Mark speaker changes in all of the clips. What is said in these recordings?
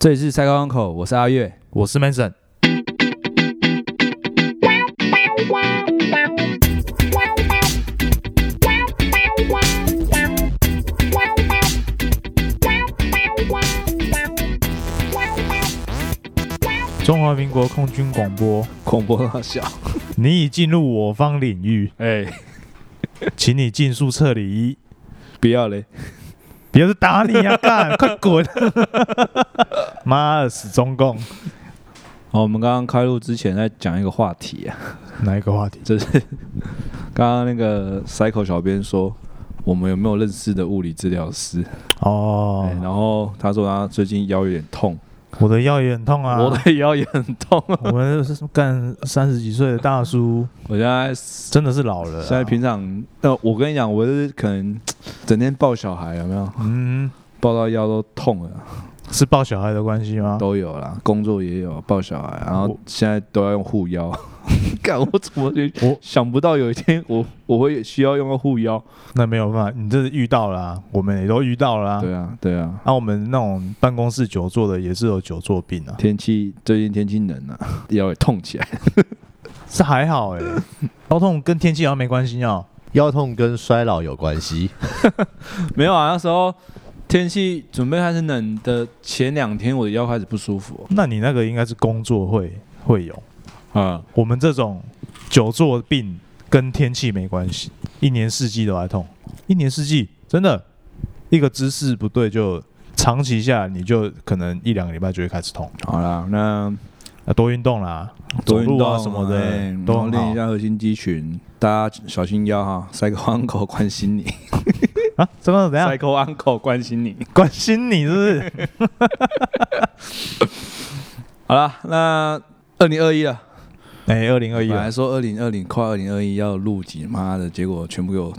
Speaker 1: 这里是赛高港口，我是阿月。
Speaker 2: 我是 Mason。中华民国空军广播，
Speaker 1: 恐怖到笑，
Speaker 2: 你已进入我方领域，
Speaker 1: 哎、
Speaker 2: 请你尽速撤离。
Speaker 1: 不要嘞！
Speaker 2: 别是打你 啊！干，快滚！妈的，死中共！
Speaker 1: 哦好，我们刚刚开录之前在讲一个话题啊，
Speaker 2: 哪一个话题？
Speaker 1: 就是刚刚那个 Cycle 小编说，我们有没有认识的物理治疗师、
Speaker 2: 哦
Speaker 1: 哎，然后他说他最近腰有点痛，
Speaker 2: 我的腰也很痛啊。
Speaker 1: 我的腰也很痛。
Speaker 2: 我们是干三十几岁的大叔，
Speaker 1: 我现在
Speaker 2: 真的是老了啊、
Speaker 1: 现在平常，呃，我跟你讲，我是可能整天抱小孩，有没有？
Speaker 2: 嗯，
Speaker 1: 抱到腰都痛了，
Speaker 2: 是抱小孩的关系吗？
Speaker 1: 都有啦，工作也有抱小孩，然后
Speaker 2: 我
Speaker 1: 现在都要用护腰。 干，我怎么就
Speaker 2: 我
Speaker 1: 想不到有一天我我会需要用到护腰。
Speaker 2: 那没有办法，你这是遇到了啊、我们也都遇到了啊、
Speaker 1: 对啊，对啊，
Speaker 2: 啊，我们那种办公室久坐的也是有久坐病啊，
Speaker 1: 天气最近天气冷啊，腰也痛起来。
Speaker 2: 是还好哎、 腰痛跟天气好像没关系哦。
Speaker 3: 腰痛跟衰老有关系，
Speaker 1: 没有啊，那时候天气准备开始冷的前两天，我的腰开始不舒服
Speaker 2: 那你那个应该是工作会会有，
Speaker 1: 啊。
Speaker 2: 我们这种久坐病跟天气没关系，一年四季都在痛，一年四季真的一个姿势不对就长期下来你就可能一两个礼拜就会开始痛，
Speaker 1: 好啦，那
Speaker 2: 啊，多运动啦，走
Speaker 1: 多运
Speaker 2: 路啊
Speaker 1: 动
Speaker 2: 什么的
Speaker 1: 哎
Speaker 2: 都
Speaker 1: 然后
Speaker 2: 很
Speaker 1: 练
Speaker 2: 好
Speaker 1: 一下核心肌群，大家小心腰哈。Cycle Uncle 关心你
Speaker 2: 啊，真的怎样？
Speaker 1: ，Cycle Uncle 关心你。
Speaker 2: 关心你是不是？
Speaker 1: 好啦，那二零二一了，
Speaker 2: 哎、2二零二一
Speaker 1: 本来说二零二零跨二零二一要录集，妈的，结果全部给我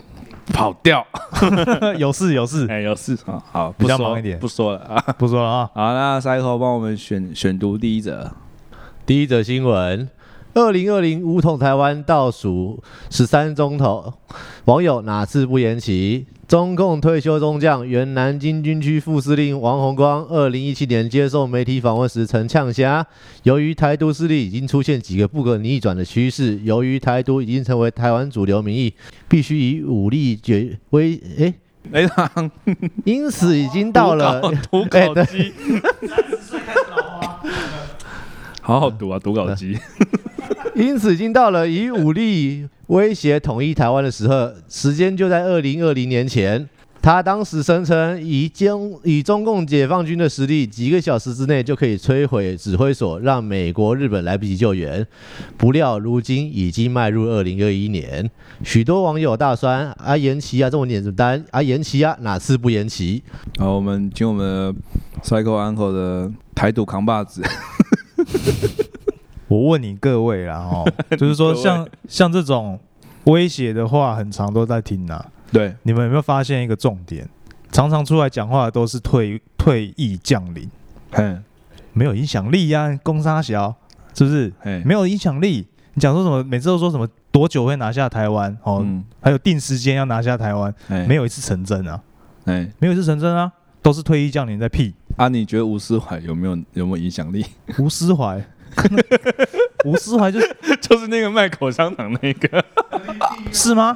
Speaker 1: 跑掉。
Speaker 2: 有事有事，
Speaker 1: 哎，有事啊， 好，
Speaker 2: 比
Speaker 1: 不
Speaker 2: 较
Speaker 1: 说
Speaker 2: 忙一点
Speaker 1: 不说了 啊。
Speaker 2: 不说了啊。
Speaker 1: 好，那 Cycle 帮我们选选读第一则，
Speaker 3: 第一则新闻：二零二零五统台湾倒数十三钟头，网友哪次不延期？中共退休中将、原南京军区副司令王洪光，二零一七年接受媒体访问时曾呛虾：由于台独势力已经出现几个不可逆转的趋势，由于台独已经成为台湾主流民意，必须以武力解威，诶，
Speaker 1: 雷长
Speaker 3: 因此已经到了
Speaker 1: 读
Speaker 3: 哎
Speaker 1: 稿机，好好读啊，读稿机。
Speaker 3: 因此，已经到了以武力威胁统一台湾的时候，时间就在二零二零年前。他当时声称，以中以中共解放军的实力，几个小时之内就可以摧毁指挥所，让美国、日本来不及救援。不料，如今已经迈入二零二一年，许多网友大酸：“啊，延期啊，这么简单啊，延期啊，哪次不延期？”
Speaker 1: 好，我们请我们的 Cycle Uncle 的台独扛把子，
Speaker 2: 我问你各位啦， 哦，就是说像像这种威胁的话，很常都在听啊呐、
Speaker 1: 对，
Speaker 2: 你们有没有发现一个重点？常常出来讲话的都是退退役将领，
Speaker 1: 嗯，
Speaker 2: 没有影响力呀、啊，攻沙小是不是？
Speaker 1: 哎，
Speaker 2: 没有影响力。你讲说什么？每次都说什么多久会拿下台湾？哦，
Speaker 1: 嗯，
Speaker 2: 还有定时间要拿下台湾，
Speaker 1: 哎，
Speaker 2: 没
Speaker 1: 有，
Speaker 2: 有一次成真啊，
Speaker 1: 哎，
Speaker 2: 没有一次成真啊，都是退役将领在屁。
Speaker 1: 啊，你觉得吴思怀有没有有没有影响力？
Speaker 2: 吴思怀， 吴思怀就
Speaker 1: 就是那个卖口香糖那个，
Speaker 2: 是吗？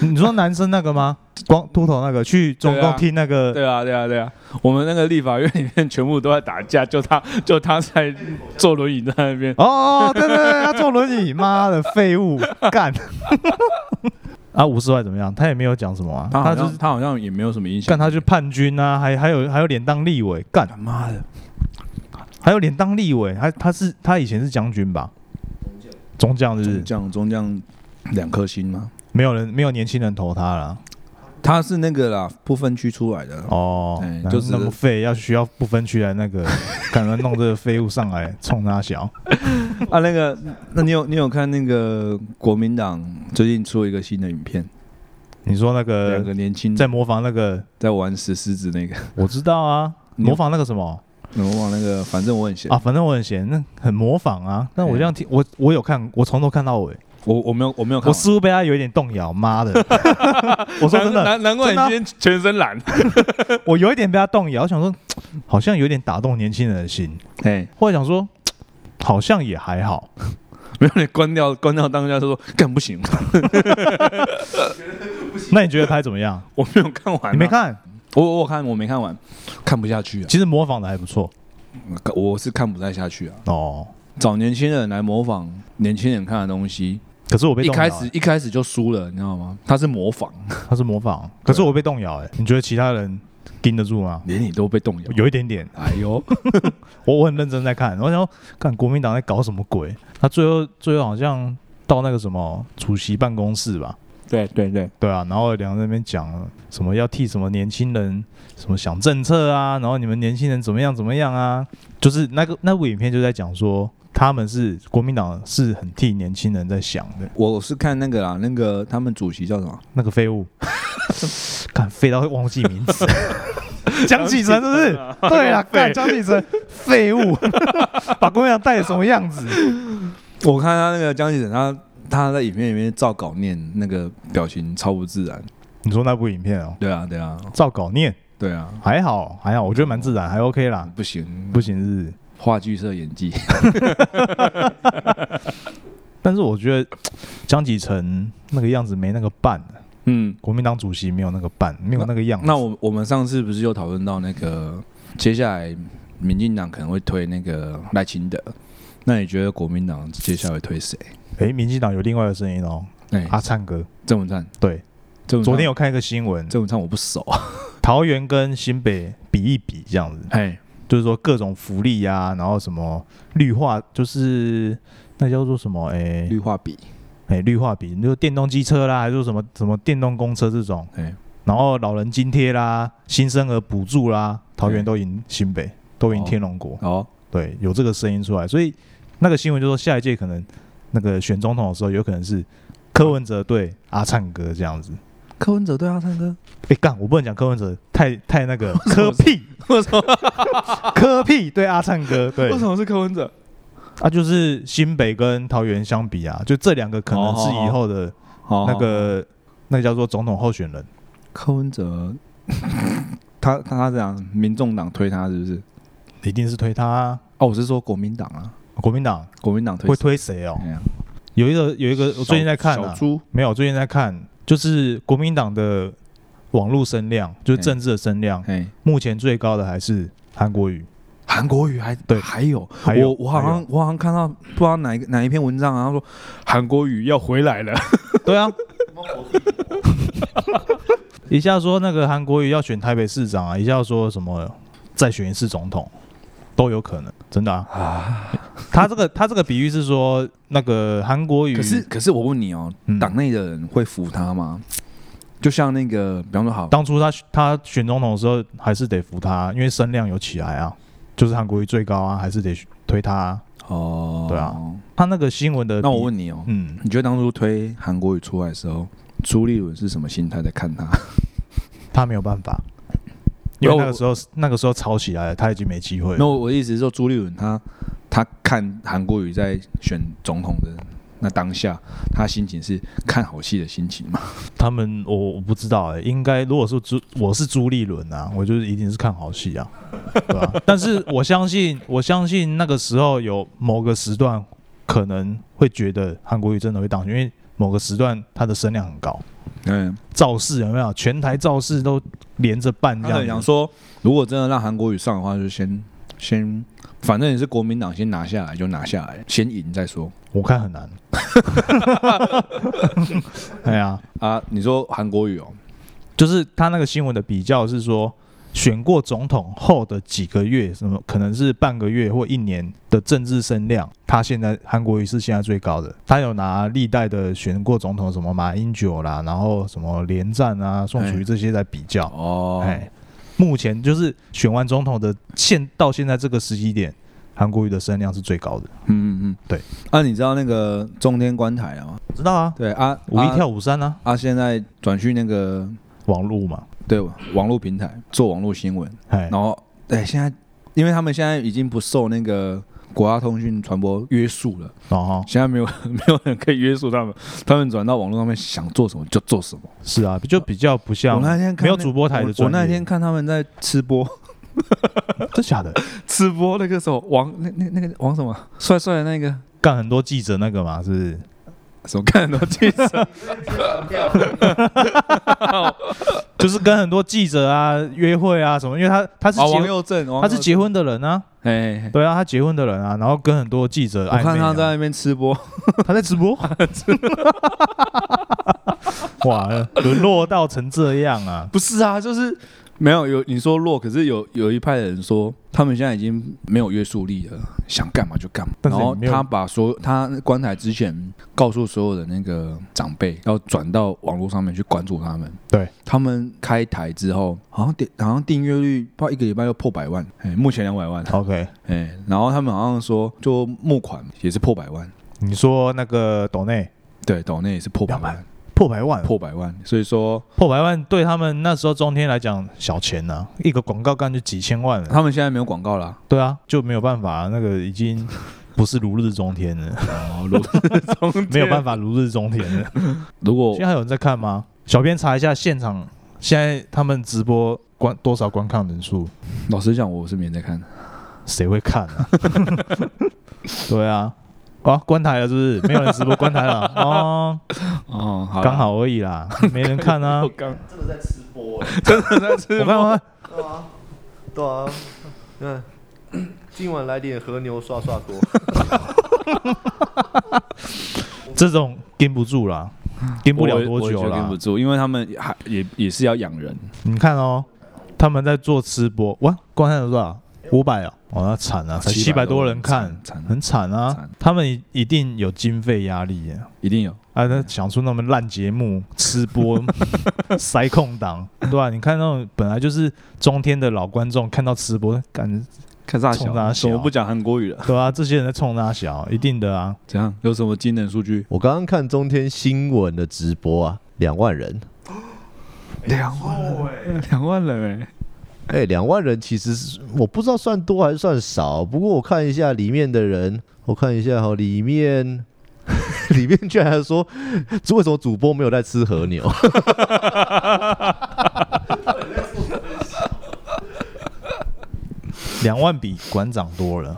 Speaker 2: 你说男生那个吗？光秃头那个去中
Speaker 1: 对啊
Speaker 2: 共听那 个，
Speaker 1: 对啊，对啊，对啊，我们那个立法院里面全部都在打架，就他 就他在坐轮椅在那边，
Speaker 2: 哦哦，对对对，他坐轮椅，妈的废物，干。 啊，吴世外怎么样？他也没有讲什么啊，
Speaker 1: 他
Speaker 2: 他
Speaker 1: 好
Speaker 2: 就
Speaker 1: 像
Speaker 2: 是
Speaker 1: 他好像也没有什么影响
Speaker 2: 干，，他就叛军啊，还还有还有脸当立委，干
Speaker 1: 他妈的，
Speaker 2: 还有脸当立委，他他是他以前是将军吧？中将是不
Speaker 1: 中
Speaker 2: 是
Speaker 1: 将中将两颗星吗？
Speaker 2: 没有人没有年轻人投他了
Speaker 1: 他是那个啦，不分区出来的。
Speaker 2: 哦
Speaker 1: 哎，
Speaker 2: 那
Speaker 1: 就是
Speaker 2: 那么废，要需要不分区来那个，敢乱弄这个废物上来冲他小，
Speaker 1: 啊，那个，那你有你有看那个国民党最近出了一个新的影片，
Speaker 2: 你说那个
Speaker 1: 两个年轻
Speaker 2: 在
Speaker 1: 呃在
Speaker 2: 模仿那个，
Speaker 1: 在玩石狮子那个，
Speaker 2: 我知道啊，
Speaker 1: 你
Speaker 2: 模仿那个什么
Speaker 1: 我忘了那个，反正我很闲
Speaker 2: 啊，，反正我很闲，那很模仿啊。那我这样听，我我有看，我从头看到尾，
Speaker 1: 我我没哎有我没有看
Speaker 2: 我
Speaker 1: 完。
Speaker 2: 似乎被他有一点动摇。妈 的，我说真的，
Speaker 1: 难难
Speaker 2: 真的啊
Speaker 1: 天全身蓝。
Speaker 2: 我有一点被他动摇，我想说，好像有点打动年轻人的心。
Speaker 1: 哎，
Speaker 2: 后来想说，好像也还 好，
Speaker 1: 没有你关掉关掉当下就说干不行，
Speaker 2: 那你觉得拍怎么样？
Speaker 1: 我没有看完、啊
Speaker 2: 你没？看？
Speaker 1: 我我有看我没看完，看不下去啊，
Speaker 2: 其实模仿的还不错
Speaker 1: 我是看不太下去啊。
Speaker 2: 哦。
Speaker 1: 找年轻人来模仿年轻人看的东西，
Speaker 2: 可是我被
Speaker 1: 一
Speaker 2: 动摇
Speaker 1: 开
Speaker 2: 欸
Speaker 1: 始一开始就输了，你知道吗？他是模仿，
Speaker 2: 他是模仿，可是我被动摇哎、你觉得其他人盯得住吗？
Speaker 1: 连你都被动摇。
Speaker 2: 有一点点，
Speaker 1: 哎呦，
Speaker 2: 我我很认真在看，我想说看国民党在搞什么鬼？他最后最后好像到那个什么主席办公室吧，
Speaker 1: 对对对，
Speaker 2: 对啊，然后两个人在那边讲什么要替什么年轻人什么想政策啊，然后你们年轻人怎么样怎么样啊，就是那个那部影片就在讲说他们是国民党是很替年轻人在想的，
Speaker 1: 我是看那个啦，那个他们主席叫什么？
Speaker 2: 那个废物， 看废到会忘记名 字，江启程是不是？对啊，干江启程废 物，把国民党带的什么样子？
Speaker 1: 我看他那个江启臣，他他在影片里面照稿念，那个表情超不自然。
Speaker 2: 你说那部影片哦，
Speaker 1: 对啊，对啊，
Speaker 2: 照稿念
Speaker 1: 对啊，
Speaker 2: 还好还好，我觉得蛮自然，还 OK 啦，
Speaker 1: 不行，
Speaker 2: 不行是。
Speaker 1: 话剧社演技。
Speaker 2: 但是我觉得江启臣那个样子没那个扮，
Speaker 1: 嗯，
Speaker 2: 国民党主席没有那个扮，没有那个样子。
Speaker 1: 那我我们上次不是有讨论到那个接下来民进党可能会推那个赖清德，那你觉得国民党接下来会推谁？
Speaker 2: 诶，民进党有另外的声音哦，
Speaker 1: 哎、
Speaker 2: 阿灿哥。
Speaker 1: 郑文灿，
Speaker 2: 对，
Speaker 1: 郑文灿
Speaker 2: 昨天有看一个新闻，
Speaker 1: 郑文灿我不熟啊。
Speaker 2: 桃园跟新北比一比这样子，
Speaker 1: 哎，
Speaker 2: 就是说各种福利啊，然后什么绿化，就是那叫做什么？诶
Speaker 1: 绿化比，
Speaker 2: 诶，绿化比，就是电动机车啦，还是说什么什么电动公车这种，
Speaker 1: 哎，
Speaker 2: 然后老人津贴啦、新生儿补助啦，桃园
Speaker 1: 嗯
Speaker 2: 都赢新北，都赢
Speaker 1: 哦
Speaker 2: 天龙国。
Speaker 1: 哦，
Speaker 2: 对，有这个声音出来，所以那个新闻就说下一届可能那个选总统的时候，有可能是柯文哲对阿灿哥这样子。
Speaker 1: 柯文哲对阿灿哥，
Speaker 2: 哎、干，我不能讲柯文哲，太太那个柯屁，
Speaker 1: 为什么？
Speaker 2: 柯屁对阿灿哥，对
Speaker 1: 为什么是柯文哲？
Speaker 2: 啊，就是新北跟桃园相比啊，就这两个可能是以后的
Speaker 1: 哦
Speaker 2: 那个、那个叫做总统候选人，
Speaker 1: 柯文哲， 他他他这样，民众党推他是不是？
Speaker 2: 一定是推他、啊、
Speaker 1: 哦，我是说国民党啊，
Speaker 2: 国民党
Speaker 1: 国民党推
Speaker 2: 会推谁哦？
Speaker 1: 哎呀
Speaker 2: 有一个有一个，我最近在看、
Speaker 1: 小
Speaker 2: 啊，
Speaker 1: 猪，
Speaker 2: 没有，最近在看，就是国民党的网络声量，就是政治的声量，
Speaker 1: 哎，
Speaker 2: 目前最高的还是韩国瑜。
Speaker 1: 韩国语还
Speaker 2: 对
Speaker 1: 还有
Speaker 2: 还有
Speaker 1: 我我好
Speaker 2: 还
Speaker 1: 像我好像看到不知道哪一个哪一篇文章啊，他说韩国语要回来了，
Speaker 2: 对啊， 一下说那个韩国瑜要选台北市长啊，一下说什么再选一次总统，都有可能，真的啊。他这个他这个比喻是说，那个韩国 瑜
Speaker 1: 可是可是我问你哦，
Speaker 2: 嗯
Speaker 1: 党内的人会服他吗？就像那个，比方说好，
Speaker 2: 当初他他选总统的时候还是得服他，啊因为声量有起来啊，就是韩国瑜最高啊，还是得推他、啊。
Speaker 1: 哦，
Speaker 2: 对啊。他那个新闻的，
Speaker 1: 那我，问你哦，
Speaker 2: 嗯，
Speaker 1: 你觉得当初推韩国语出来的时候，朱立伦是什么心态在看他？
Speaker 2: 他没有办法，因为那个时候那个时候吵起来了，他已经没机会了。
Speaker 1: 那我我的意思是说，朱立伦他他看韩国瑜在选总统的那当下，他心情是看好戏的心情嘛？
Speaker 2: 他们我我不知道哎、应该如果是朱我是朱立伦啊，我就是一定是看好戏啊， 对吧、但是我相信，我相信那个时候有某个时段可能会觉得韩国瑜真的会当选，因为某个时段他的声量很高，
Speaker 1: 嗯，
Speaker 2: 造势有没有？全台造势都连着办
Speaker 1: 他
Speaker 2: 这
Speaker 1: 可能
Speaker 2: 样
Speaker 1: 想
Speaker 2: 子，
Speaker 1: 说，如果真的让韩国瑜上的话，就先先，反正也是国民党先拿下来就拿下来，先赢再说
Speaker 2: 我看很难。哎呀，
Speaker 1: 啊。你说韩国瑜哦，
Speaker 2: 就是他那个新闻的比较是说，选过总统后的几个月，什么可能是半个月或一年的政治声量，他现在韩国瑜是现在最高的。他有拿历代的选过总统，什么马英九啦，然后什么连战啊、宋楚瑜这些在比较。
Speaker 1: 哦，
Speaker 2: 哎，目前就是选完总统的现到现在这个时机点，韩国瑜的声量是最高的。
Speaker 1: 嗯嗯嗯，
Speaker 2: 对。
Speaker 1: 啊，你知道那个中天观台啊吗？
Speaker 2: 知道啊，
Speaker 1: 对啊，
Speaker 2: 五一
Speaker 1: 啊
Speaker 2: 跳五三啊，
Speaker 1: 啊，现在转去那个
Speaker 2: 网路嘛，
Speaker 1: 对网络平台做网络新闻。
Speaker 2: 哎，
Speaker 1: 然后，哎，现在因为他们现在已经不受那个国家通讯传播约束了，
Speaker 2: 然后
Speaker 1: 现在没有 没有人可以约束他们，他们转到网络上面想做什么就做什么。
Speaker 2: 是啊，就比较不像
Speaker 1: 我那天看
Speaker 2: 没有
Speaker 1: 那
Speaker 2: 主播台的
Speaker 1: 我我那
Speaker 2: 专业
Speaker 1: 天看他们在吃播，
Speaker 2: 真假的？
Speaker 1: 吃播那个什么王那那那个王什么帅帅的那个
Speaker 2: 干很多记者那个嘛，是不是？
Speaker 1: 什么看 得到记
Speaker 2: 啊
Speaker 1: 者
Speaker 2: 就是跟很多记者啊约会啊什么，因为他他是
Speaker 1: 啊
Speaker 2: 结
Speaker 1: 王
Speaker 2: 婚、
Speaker 1: 佑正，王
Speaker 2: 他
Speaker 1: 佑
Speaker 2: 是
Speaker 1: 正
Speaker 2: 结婚的人啊，
Speaker 1: 哎，哎
Speaker 2: 对啊，他结婚的人啊，然后跟很多记者
Speaker 1: 我
Speaker 2: 暧
Speaker 1: 看
Speaker 2: 昧、啊。
Speaker 1: 他在那边吃播，
Speaker 2: 他在直播， 哇，沦落到成这样啊！
Speaker 1: 不是啊，就是没有有你说弱，可是有有一派的人说他们现在已经没有约束力了，想干嘛就干嘛。
Speaker 2: 但
Speaker 1: 然
Speaker 2: 是
Speaker 1: 后
Speaker 2: 你没有
Speaker 1: 他把所有他关台之前告诉所有的那个长辈，要转到网络上面去关注他们。
Speaker 2: 对
Speaker 1: 他们开台之后，好像订好像订阅率，不知道一个礼拜又破百万，哎，目前两百万，
Speaker 2: ，OK，
Speaker 1: 哎，然后他们好像说就募款也是破百万，
Speaker 2: 你说那个斗内
Speaker 1: 对，岛内也是破百万，
Speaker 2: 破百万，破
Speaker 1: 破百万，所以说
Speaker 2: 破百万对他们那时候中天来讲小钱呐、啊，一个广告干就几千万了。
Speaker 1: 他们现在没有广告啦，
Speaker 2: 对啊，就没有办法，那个已经不是如日中天 了，
Speaker 1: 哦，如
Speaker 2: 没有办法如日中天了。
Speaker 1: 如果
Speaker 2: 现在还有人在看吗？小编查一下现场，现在他们直播观多少观看人数？
Speaker 1: 老实讲，我是没在看，
Speaker 2: 谁会看啊？ 对啊，啊，关台了是不是？没有人直播关台 了哦，
Speaker 1: 哦，好啦
Speaker 2: 刚，好而已啦，没人 看啊
Speaker 1: 我。刚
Speaker 3: 真的在吃播、
Speaker 2: 我看完
Speaker 3: 对啊，对啊，嗯，今晚来点和牛涮涮锅。
Speaker 2: 这种盯不住啦，盯不了多久啊
Speaker 1: 盯
Speaker 2: 啦
Speaker 1: 不。住，因为他们还也也是要养人，
Speaker 2: 你看哦，他们在做吃播，哇，观看有多少？五百哦，哇，那惨啊，才七百
Speaker 1: 700
Speaker 2: 多人看，
Speaker 1: 惨惨
Speaker 2: 很惨啊
Speaker 1: 惨。
Speaker 2: 他们一一定有经费压力啊，
Speaker 1: 一定有，
Speaker 2: 啊，那想出那么烂节目，吃播 塞空档，对吧、你看那种本来就是中天的老观众，看到吃播，感觉
Speaker 1: 看大
Speaker 2: 冲
Speaker 1: 小，
Speaker 2: 大小
Speaker 1: 怎么不讲韩国语了？
Speaker 2: 对啊，这些人在冲他小，一定的啊，
Speaker 1: 怎样？有什么惊人数据？
Speaker 3: 我刚刚看中天新闻的直播啊，两万人，
Speaker 1: 两万人，两万人哎，
Speaker 3: 哎、两万人其实是我不知道算多还是算少，不过我看一下里面的人，我看一下哈、里面 里面居然还说， 为什么主播没有在吃和牛？
Speaker 2: 两万比馆长多了。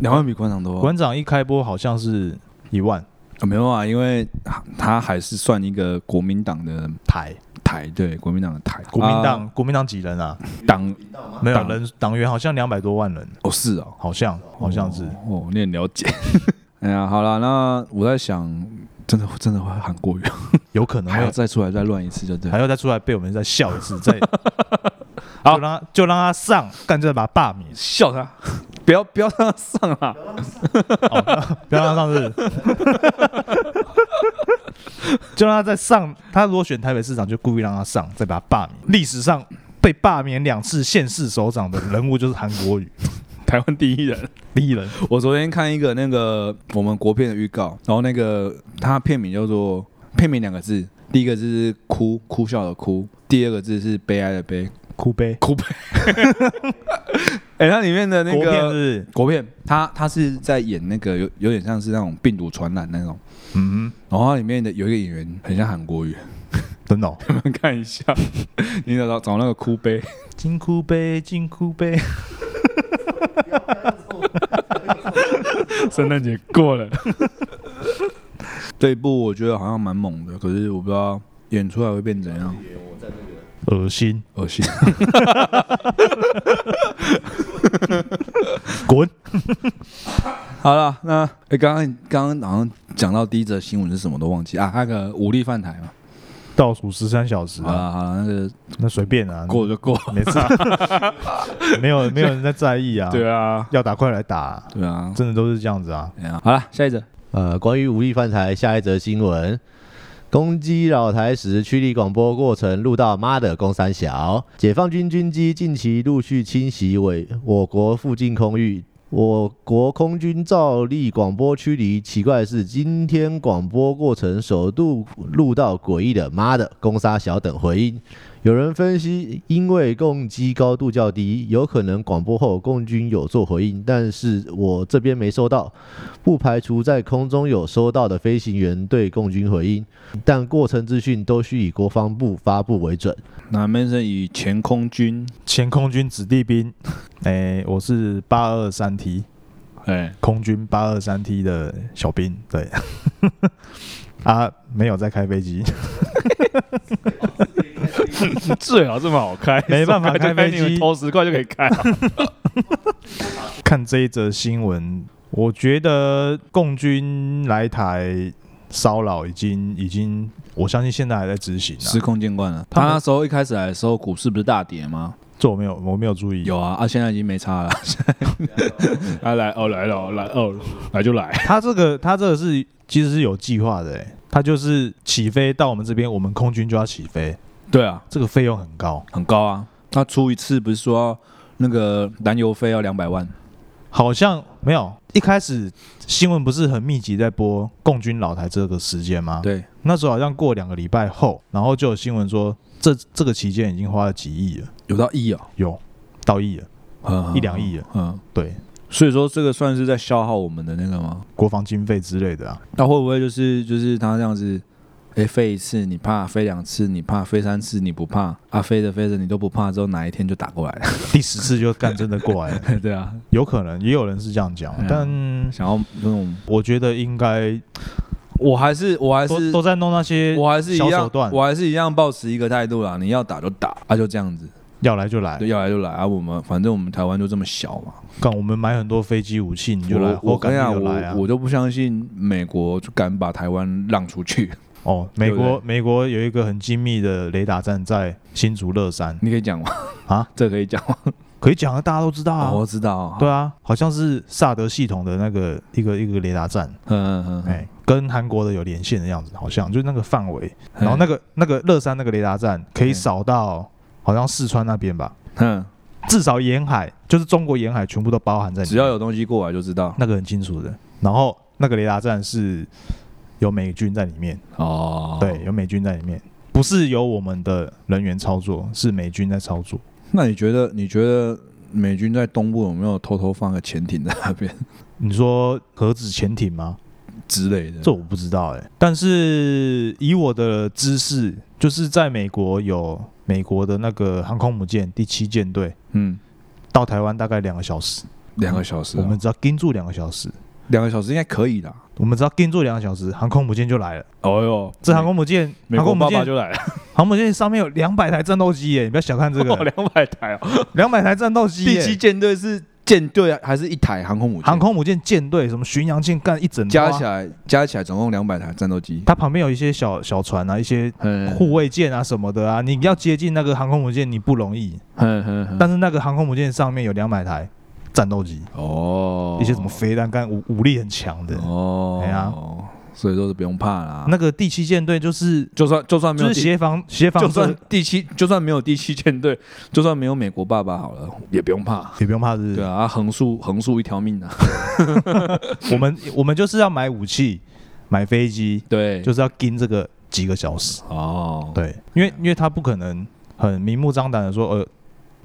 Speaker 1: 两万比馆长多，
Speaker 2: 馆长一开播好像是一万
Speaker 1: 啊没办法，因为他他还是算一个国民党的
Speaker 2: 台，
Speaker 1: 台，对，国民党的台，
Speaker 2: 国民党、
Speaker 1: 啊
Speaker 2: 国民党几人啊？
Speaker 1: 党
Speaker 2: 没有
Speaker 1: 党
Speaker 2: 人党员好像两百多万人，
Speaker 1: 哦是哦，
Speaker 2: 好像好像是。
Speaker 1: 哦，你很了解。 哎呀，好啦，那我在想，真的真的会韩国语，
Speaker 2: 有可能
Speaker 1: 还要
Speaker 2: 会
Speaker 1: 再出来再乱一次，就对了
Speaker 2: 还。要再出来被我们再笑一 次，再
Speaker 1: 好
Speaker 2: 就让他就让他上，干脆把他罢免，
Speaker 1: 笑他， 不要不要让他上啊！
Speaker 2: 不要让他上市， 就让他再上。他如果选台北市长，就故意让他上，再把他罢免。历史上被罢免两次县市首长的人物就是韩国瑜，
Speaker 1: 台湾第一人。
Speaker 2: 第一人
Speaker 1: 我昨天看一个那个我们国片的预告，然后那个它片名叫做片名两个字，第一个字是哭哭笑的哭，第二个字是悲哀的悲，
Speaker 2: 哭悲。
Speaker 1: 哭悲。 哎、它里面的那
Speaker 2: 国片是不
Speaker 1: 个
Speaker 2: 是
Speaker 1: 国片，它它是在演那个有有点像是那种病毒传染那种，
Speaker 2: 嗯，
Speaker 1: 然后它里面的有一个演员很像韩国语，
Speaker 2: 真的哦。
Speaker 1: 你们看一 下，你找找那个哭悲。
Speaker 2: 金哭悲，金哭悲，
Speaker 1: 圣诞节过了。 这一部我觉得好像蛮猛的，可是我不知道演出来会变怎样，
Speaker 2: 恶心，
Speaker 1: 恶心。
Speaker 2: 滚！
Speaker 1: 好了，那诶刚刚刚刚好像讲到第一则新闻是什么都忘记啊，那个武力犯台嘛。
Speaker 2: 倒数十三小时
Speaker 1: 好
Speaker 2: 啊，
Speaker 1: 了好了，那个
Speaker 2: 那随便啊，
Speaker 1: 过就过。
Speaker 2: 没事，没有没有人在在意啊。
Speaker 1: 啊，
Speaker 2: 要打快来打啊、
Speaker 1: 对啊，
Speaker 2: 真的都是这样子啊。
Speaker 1: 对啊。好了，下一则。
Speaker 3: 呃，关于武力犯台，下一则新闻：攻击扰台时，驱离广播过程录到妈的攻三小。解放军军机近期陆续侵袭伪我国附近空域，我国空军照例广播驱离。奇怪的是，今天广播过程首度录到诡异的妈的攻杀小等回音。有人分析，因为共机高度较低，有可能广播后共军有做回应，但是我这边没收到，不排除在空中有收到的飞行员对共军回应，但过程资讯都需以国防部发布为准。
Speaker 1: 那 Mason 以前空军，
Speaker 2: 前空军子弟兵， 哎，我是八二三 T
Speaker 1: 哎，
Speaker 2: 空军八二三 T 的小兵，对， 啊，没有在开飞机，
Speaker 4: 最好这么好开，
Speaker 2: 没办法
Speaker 4: 手就
Speaker 2: 开飞机
Speaker 4: 你们投十块就可以开啊。
Speaker 2: 看这一则新闻，我觉得共军来台骚扰已经已经，我相信现在还在执行
Speaker 1: 司
Speaker 2: 啊。
Speaker 1: 空见惯了。
Speaker 2: 他
Speaker 1: 他
Speaker 2: 们
Speaker 1: 那时候一开始来的时候，股市不是大跌吗？
Speaker 2: 这我没有我没有注意，
Speaker 1: 有啊，啊，现在已经没差了。
Speaker 4: 啊来哦来了哦来哦来就来，
Speaker 2: 他这个他这个是其实是有计划的、欸，他就是起飞到我们这边，我们空军就要起飞，
Speaker 1: 对啊，
Speaker 2: 这个费用很高，
Speaker 1: 很高啊。他出一次不是说那个燃油费要两百万？
Speaker 2: 好像没有。一开始新闻不是很密集在播共军老台这个时间吗？，
Speaker 1: 对，
Speaker 2: 那时候好像过两个礼拜后，然后就有新闻说这这个期间已经花了几亿了，
Speaker 1: 有到亿哦，
Speaker 2: 有到亿了，
Speaker 1: 嗯
Speaker 2: 一两亿啊了。
Speaker 1: 嗯，
Speaker 2: 对，
Speaker 1: 所以说这个算是在消耗我们的那个吗？
Speaker 2: 国防经费之类的啊。
Speaker 1: 那会不会就是就是他这样子？哎，飞一次你怕，飞两次你怕，飞三次你不怕啊？飞着飞着你都不怕，之后哪一天就打过来了？
Speaker 2: 第十次就干真的过来了，
Speaker 1: 对啊，
Speaker 2: 有可能也有人是这样讲
Speaker 1: 嗯，
Speaker 2: 但
Speaker 1: 想要那种，
Speaker 2: 我觉得应该
Speaker 1: 我还是我还
Speaker 2: 都
Speaker 1: 是
Speaker 2: 都在弄那些
Speaker 1: 我还是一
Speaker 2: 小手
Speaker 1: 样，
Speaker 2: 段，
Speaker 1: 我还是一样保持一个态度啦。你要打就打，啊就这样子，
Speaker 2: 要来就来
Speaker 1: 对，，要来就来啊。我们反正我们台湾就这么小嘛，
Speaker 2: 干我们买很多飞机武器你就来，
Speaker 1: 我
Speaker 2: 或
Speaker 1: 我跟
Speaker 2: 干
Speaker 1: 你讲，
Speaker 2: 你就来啊
Speaker 1: 我。我就不相信美国就敢把台湾让出去。
Speaker 2: 哦，美
Speaker 1: 对不
Speaker 2: 国美国有一个很精密的雷达站在新竹乐山，
Speaker 1: 你可以讲吗？
Speaker 2: 啊，
Speaker 1: 这可以讲吗？
Speaker 2: 可以讲啊，大家都知道
Speaker 1: 哦
Speaker 2: 啊
Speaker 1: 我。知道，
Speaker 2: 对，啊，好像是萨德系统的那个一个一个雷达站，
Speaker 1: 嗯嗯嗯，
Speaker 2: 哎，跟韩国的有连线的样子，好像就是那个范围。然后那
Speaker 1: 个，
Speaker 2: 个那个乐山那个雷达站可以
Speaker 1: 嗯
Speaker 2: 扫到好像四川那边吧，
Speaker 1: 嗯，
Speaker 2: 至少沿海就是中国沿海全部都包含在里面，
Speaker 1: 只要有东西过来就知道。
Speaker 2: 那个很清楚的。然后那个雷达站是有美军在里面，
Speaker 1: 哦，
Speaker 2: 对，，有美军在里面，不是由我们的人员操作，是美军在操作。
Speaker 1: 那你觉得你觉得美军在东部有没有偷偷放个潜艇在那边
Speaker 2: 你说核子潜艇吗？
Speaker 1: 之类的？
Speaker 2: 这我不知道哎、但是以我的知识，就是在美国有美国的那个航空母舰第七舰队
Speaker 1: 嗯，
Speaker 2: 到台湾大概两个小时，
Speaker 1: 两个小时啊，
Speaker 2: 我们只要盯住两个小时，
Speaker 1: 两个小时应该可以啦。哎
Speaker 2: 我们只要盯住两个小时，航空母舰就来了。
Speaker 4: 哦哟，
Speaker 2: 这航空母舰，
Speaker 4: 美
Speaker 2: 航
Speaker 4: 国
Speaker 2: 空母
Speaker 4: 爸爸
Speaker 2: 舰，
Speaker 4: 就来了，
Speaker 2: 航空母舰上面有两百台战斗机耶！你不要小看这个，
Speaker 4: 两百台哦，
Speaker 2: 两百台战斗机
Speaker 1: 第七
Speaker 2: 耶！
Speaker 1: 舰队是舰队还是一台航空母舰？
Speaker 2: 航空母舰舰队什么巡洋舰干一整
Speaker 1: 加起
Speaker 2: 来，
Speaker 1: 来加起来总共两百台战斗机，
Speaker 2: 它旁边有一些小小船啊，一些
Speaker 1: 嗯
Speaker 2: 护卫舰啊什么的啊，你要接近那个航空母舰你不容易，
Speaker 1: 嗯嗯嗯
Speaker 2: 但是那个航空母舰上面有两百台战斗机，
Speaker 1: 哦，
Speaker 2: 一些什么飞弹干武武力很强的。
Speaker 1: 哦，
Speaker 2: 哎呀
Speaker 1: 所以说是不用怕啦。
Speaker 2: 那个第七舰队就是
Speaker 1: 就算就算没
Speaker 2: 就
Speaker 1: 有
Speaker 2: 是
Speaker 1: 第
Speaker 2: 协防协防
Speaker 1: 就
Speaker 2: 射
Speaker 1: 算第七就算没有第七舰队，就算没有美国爸爸好了，也不用怕。
Speaker 2: 也不用怕，是不是
Speaker 1: 对啊，啊横竖横竖一条命 啊。
Speaker 2: 我们我们就是要买武器，买飞机，
Speaker 1: 对，
Speaker 2: 就是要盯这个几个小时。
Speaker 1: 哦，
Speaker 2: 对，因为因为他不可能很明目张胆的说，呃，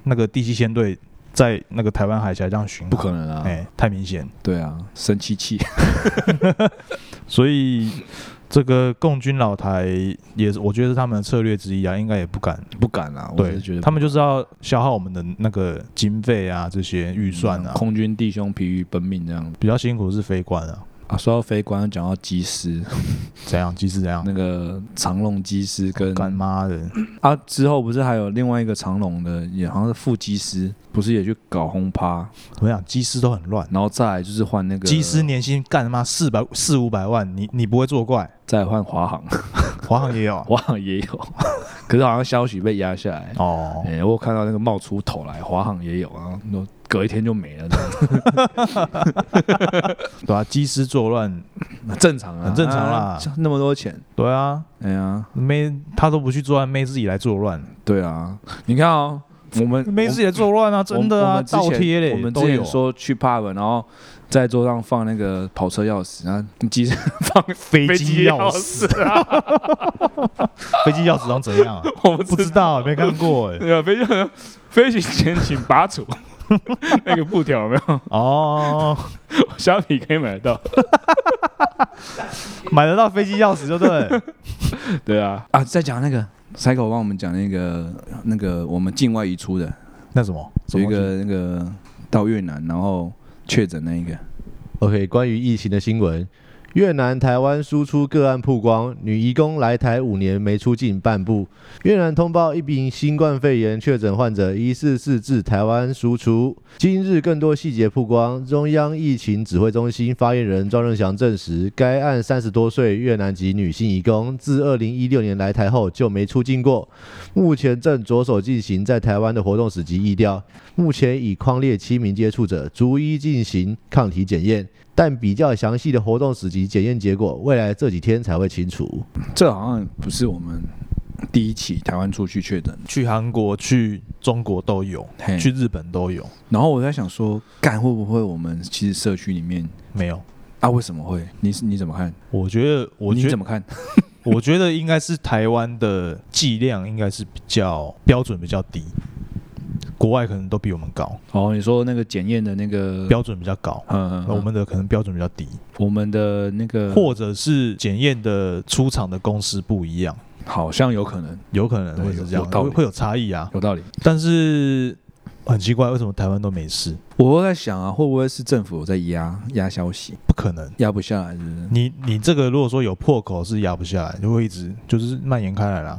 Speaker 2: 那个第七舰队在那个台湾海峡这样巡航，
Speaker 1: 不可能啊。
Speaker 2: 哎、太明显。
Speaker 1: 对啊，生气气。
Speaker 2: 所以这个共军老台也是，我觉得是他们的策略之一啊，应该也不敢。
Speaker 1: 不敢啊，我
Speaker 2: 对
Speaker 1: 是觉，得
Speaker 2: 他们就是要消耗我们的那个经费啊，这些预算啊，
Speaker 1: 空军弟兄疲于奔命这样
Speaker 2: 比较辛苦是飞官啊，
Speaker 1: 啊。说到飞官，讲到机师，
Speaker 2: 怎样，即使怎样，
Speaker 1: 那个长龙机师跟
Speaker 2: 干妈的，
Speaker 1: 啊，之后不是还有另外一个长隆的，也好像是副机师，不是也去搞轰趴，
Speaker 2: 我想机师都很乱，
Speaker 1: 然后再来就是换那个
Speaker 2: 机师，年薪干他妈四百四五百万，你你不会 作怪，
Speaker 1: 再换华航，
Speaker 2: 华航也有
Speaker 1: 华航也有， 可是好像消息被压下来。
Speaker 2: 哦
Speaker 1: 哎、，我有看到那个冒出头来，华航也有啊，然后隔一天就没了，
Speaker 2: 对啊，机师作乱，
Speaker 1: 正常啊，
Speaker 2: 很正常啦
Speaker 1: 啊那么多钱，
Speaker 2: 对啊，
Speaker 1: 哎呀，
Speaker 2: 妹他都不去作案，妹自己来作乱，
Speaker 1: 对啊，你看哦，我们
Speaker 2: 妹子也作乱啊，真的
Speaker 1: 我
Speaker 2: 啊，
Speaker 1: 们之
Speaker 2: 倒
Speaker 1: 前
Speaker 2: 贴嘞，
Speaker 1: 我们之
Speaker 2: 都有
Speaker 1: 前。说去 pub，然后在桌上放那个跑车钥匙，然后你急着放，
Speaker 2: 飞
Speaker 4: 飞
Speaker 2: 机
Speaker 4: 机
Speaker 2: 钥
Speaker 4: 钥
Speaker 2: 匙，
Speaker 4: 匙啊，
Speaker 2: 飞机钥匙长怎样啊？
Speaker 4: 我们
Speaker 2: 不知道，没看过哎。
Speaker 4: 对啊，飞机飞行前请拔 除那个布条有没有？
Speaker 2: 哦，
Speaker 4: 虾皮可以买得到。
Speaker 2: 买得到飞机钥匙就对了。
Speaker 4: 对啊，
Speaker 1: 啊，再讲那个 Cycle 帮我们讲那个那个我们境外移出的，
Speaker 2: 那什么，
Speaker 1: 有一
Speaker 2: 什么东西
Speaker 1: 个那个到越南然后确诊那一个，
Speaker 3: OK，关于疫情的新闻，越南台湾输出个案曝光，女移工来台五年没出境半步。越南通报一名新冠肺炎确诊患者疑似是自台湾输出。今日更多细节曝光，中央疫情指挥中心发言人庄任祥证实，该案三十多岁越南籍女性移工，自二零一六年来台后就没出境过，目前正着手进行在台湾的活动史及疫调，目前已框列七名接触者，逐一进行抗体检验，但比较详细的活动史及检验结果，未来这几天才会清楚。
Speaker 1: 这好像不是我们第一起台湾出去确诊，
Speaker 2: 去韩国、去中国都有，
Speaker 1: 嘿
Speaker 2: 去日本都有，
Speaker 1: 然后我在想说，干会不会我们其实社区里面
Speaker 2: 没有。
Speaker 1: 啊为什么会？你是你怎么看？
Speaker 2: 我觉得，我
Speaker 1: 你
Speaker 2: 觉
Speaker 1: 怎
Speaker 2: 得，
Speaker 1: 么看？
Speaker 2: 我觉得应该是台湾的剂量应该是比较标准比较低，国外可能都比我们高，
Speaker 1: 哦，你说那个检验的那个，
Speaker 2: 标准比较高，
Speaker 1: 嗯，嗯
Speaker 2: 那我们的可能标准比较低，
Speaker 1: 我们的那个
Speaker 2: 或者是检验的出厂的公司不一样，
Speaker 1: 好像有可能
Speaker 2: 有可能
Speaker 1: 对
Speaker 2: 会是这
Speaker 1: 有
Speaker 2: 样，
Speaker 1: 道
Speaker 2: 会
Speaker 1: 理
Speaker 2: 会有差异啊。
Speaker 1: 有道理。
Speaker 2: 但是很奇怪，为什么台湾都没事？
Speaker 1: 我都在想啊，会不会是政府有在压压消息，
Speaker 2: 不可能。
Speaker 1: 压不下来，是不是？
Speaker 2: 你你这个如果说有破口是压不下来，就会一直就是蔓延开来啦。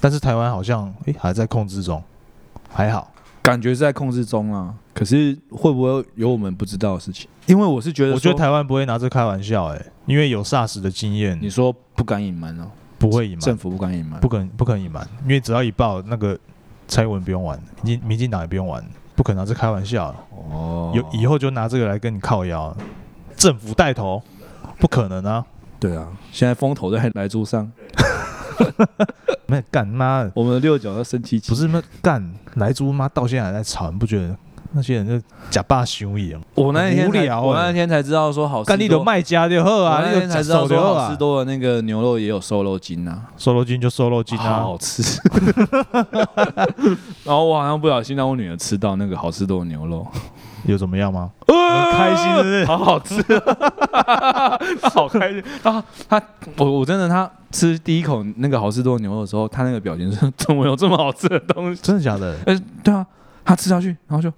Speaker 2: 但是台湾好像诶、还在控制中，还好。
Speaker 1: 感觉是在控制中啊，可是会不会有我们不知道的事情？因为我是觉得说，
Speaker 2: 我觉得台湾不会拿这开玩笑诶、因为有 SARS 的经验
Speaker 1: 你，说不敢隐瞒哦，
Speaker 2: 不会 隐
Speaker 1: 政
Speaker 2: 瞒，
Speaker 1: 府不敢隐瞒
Speaker 2: 不，可能不可能隐瞒，因为只要一报那个蔡英文不用玩，民民进党也不用玩，不可能拿这开玩笑。
Speaker 1: 哦
Speaker 2: 有以后就拿这个来跟你靠腰，政府带头，不可能啊！
Speaker 1: 对啊，现在风头在来猪上，
Speaker 2: 那干妈的
Speaker 1: 我们的六角要升旗旗
Speaker 2: 不，是那干来猪妈到现在还在吵，你不觉得那些人就假霸雄一样？
Speaker 1: 我那一天
Speaker 2: 无
Speaker 1: 才
Speaker 2: 聊欸
Speaker 1: 我那一天才知道说好事多，
Speaker 2: 干你有卖家就好
Speaker 1: 我
Speaker 2: 啊，
Speaker 1: 那
Speaker 2: 你
Speaker 1: 天
Speaker 2: 有
Speaker 1: 才
Speaker 2: 假
Speaker 1: 知道
Speaker 2: 手就
Speaker 1: 说
Speaker 2: 好
Speaker 1: 好事
Speaker 2: 啊，
Speaker 1: 多的那个牛肉也有瘦肉精啊，
Speaker 2: 瘦肉精就瘦肉精啊
Speaker 1: 好，好吃。 然后我好像不小心让我女儿吃到那个好吃多的牛肉，
Speaker 2: 有怎么样吗？很开心是不是？
Speaker 4: 好好 吃，他好开心，
Speaker 1: 她我我真的她吃第一口那个好吃多的牛肉的时候，她那个表情是怎么有这么好吃的东西？
Speaker 2: 真的假的？
Speaker 1: 呃，对啊，她吃下去，然后就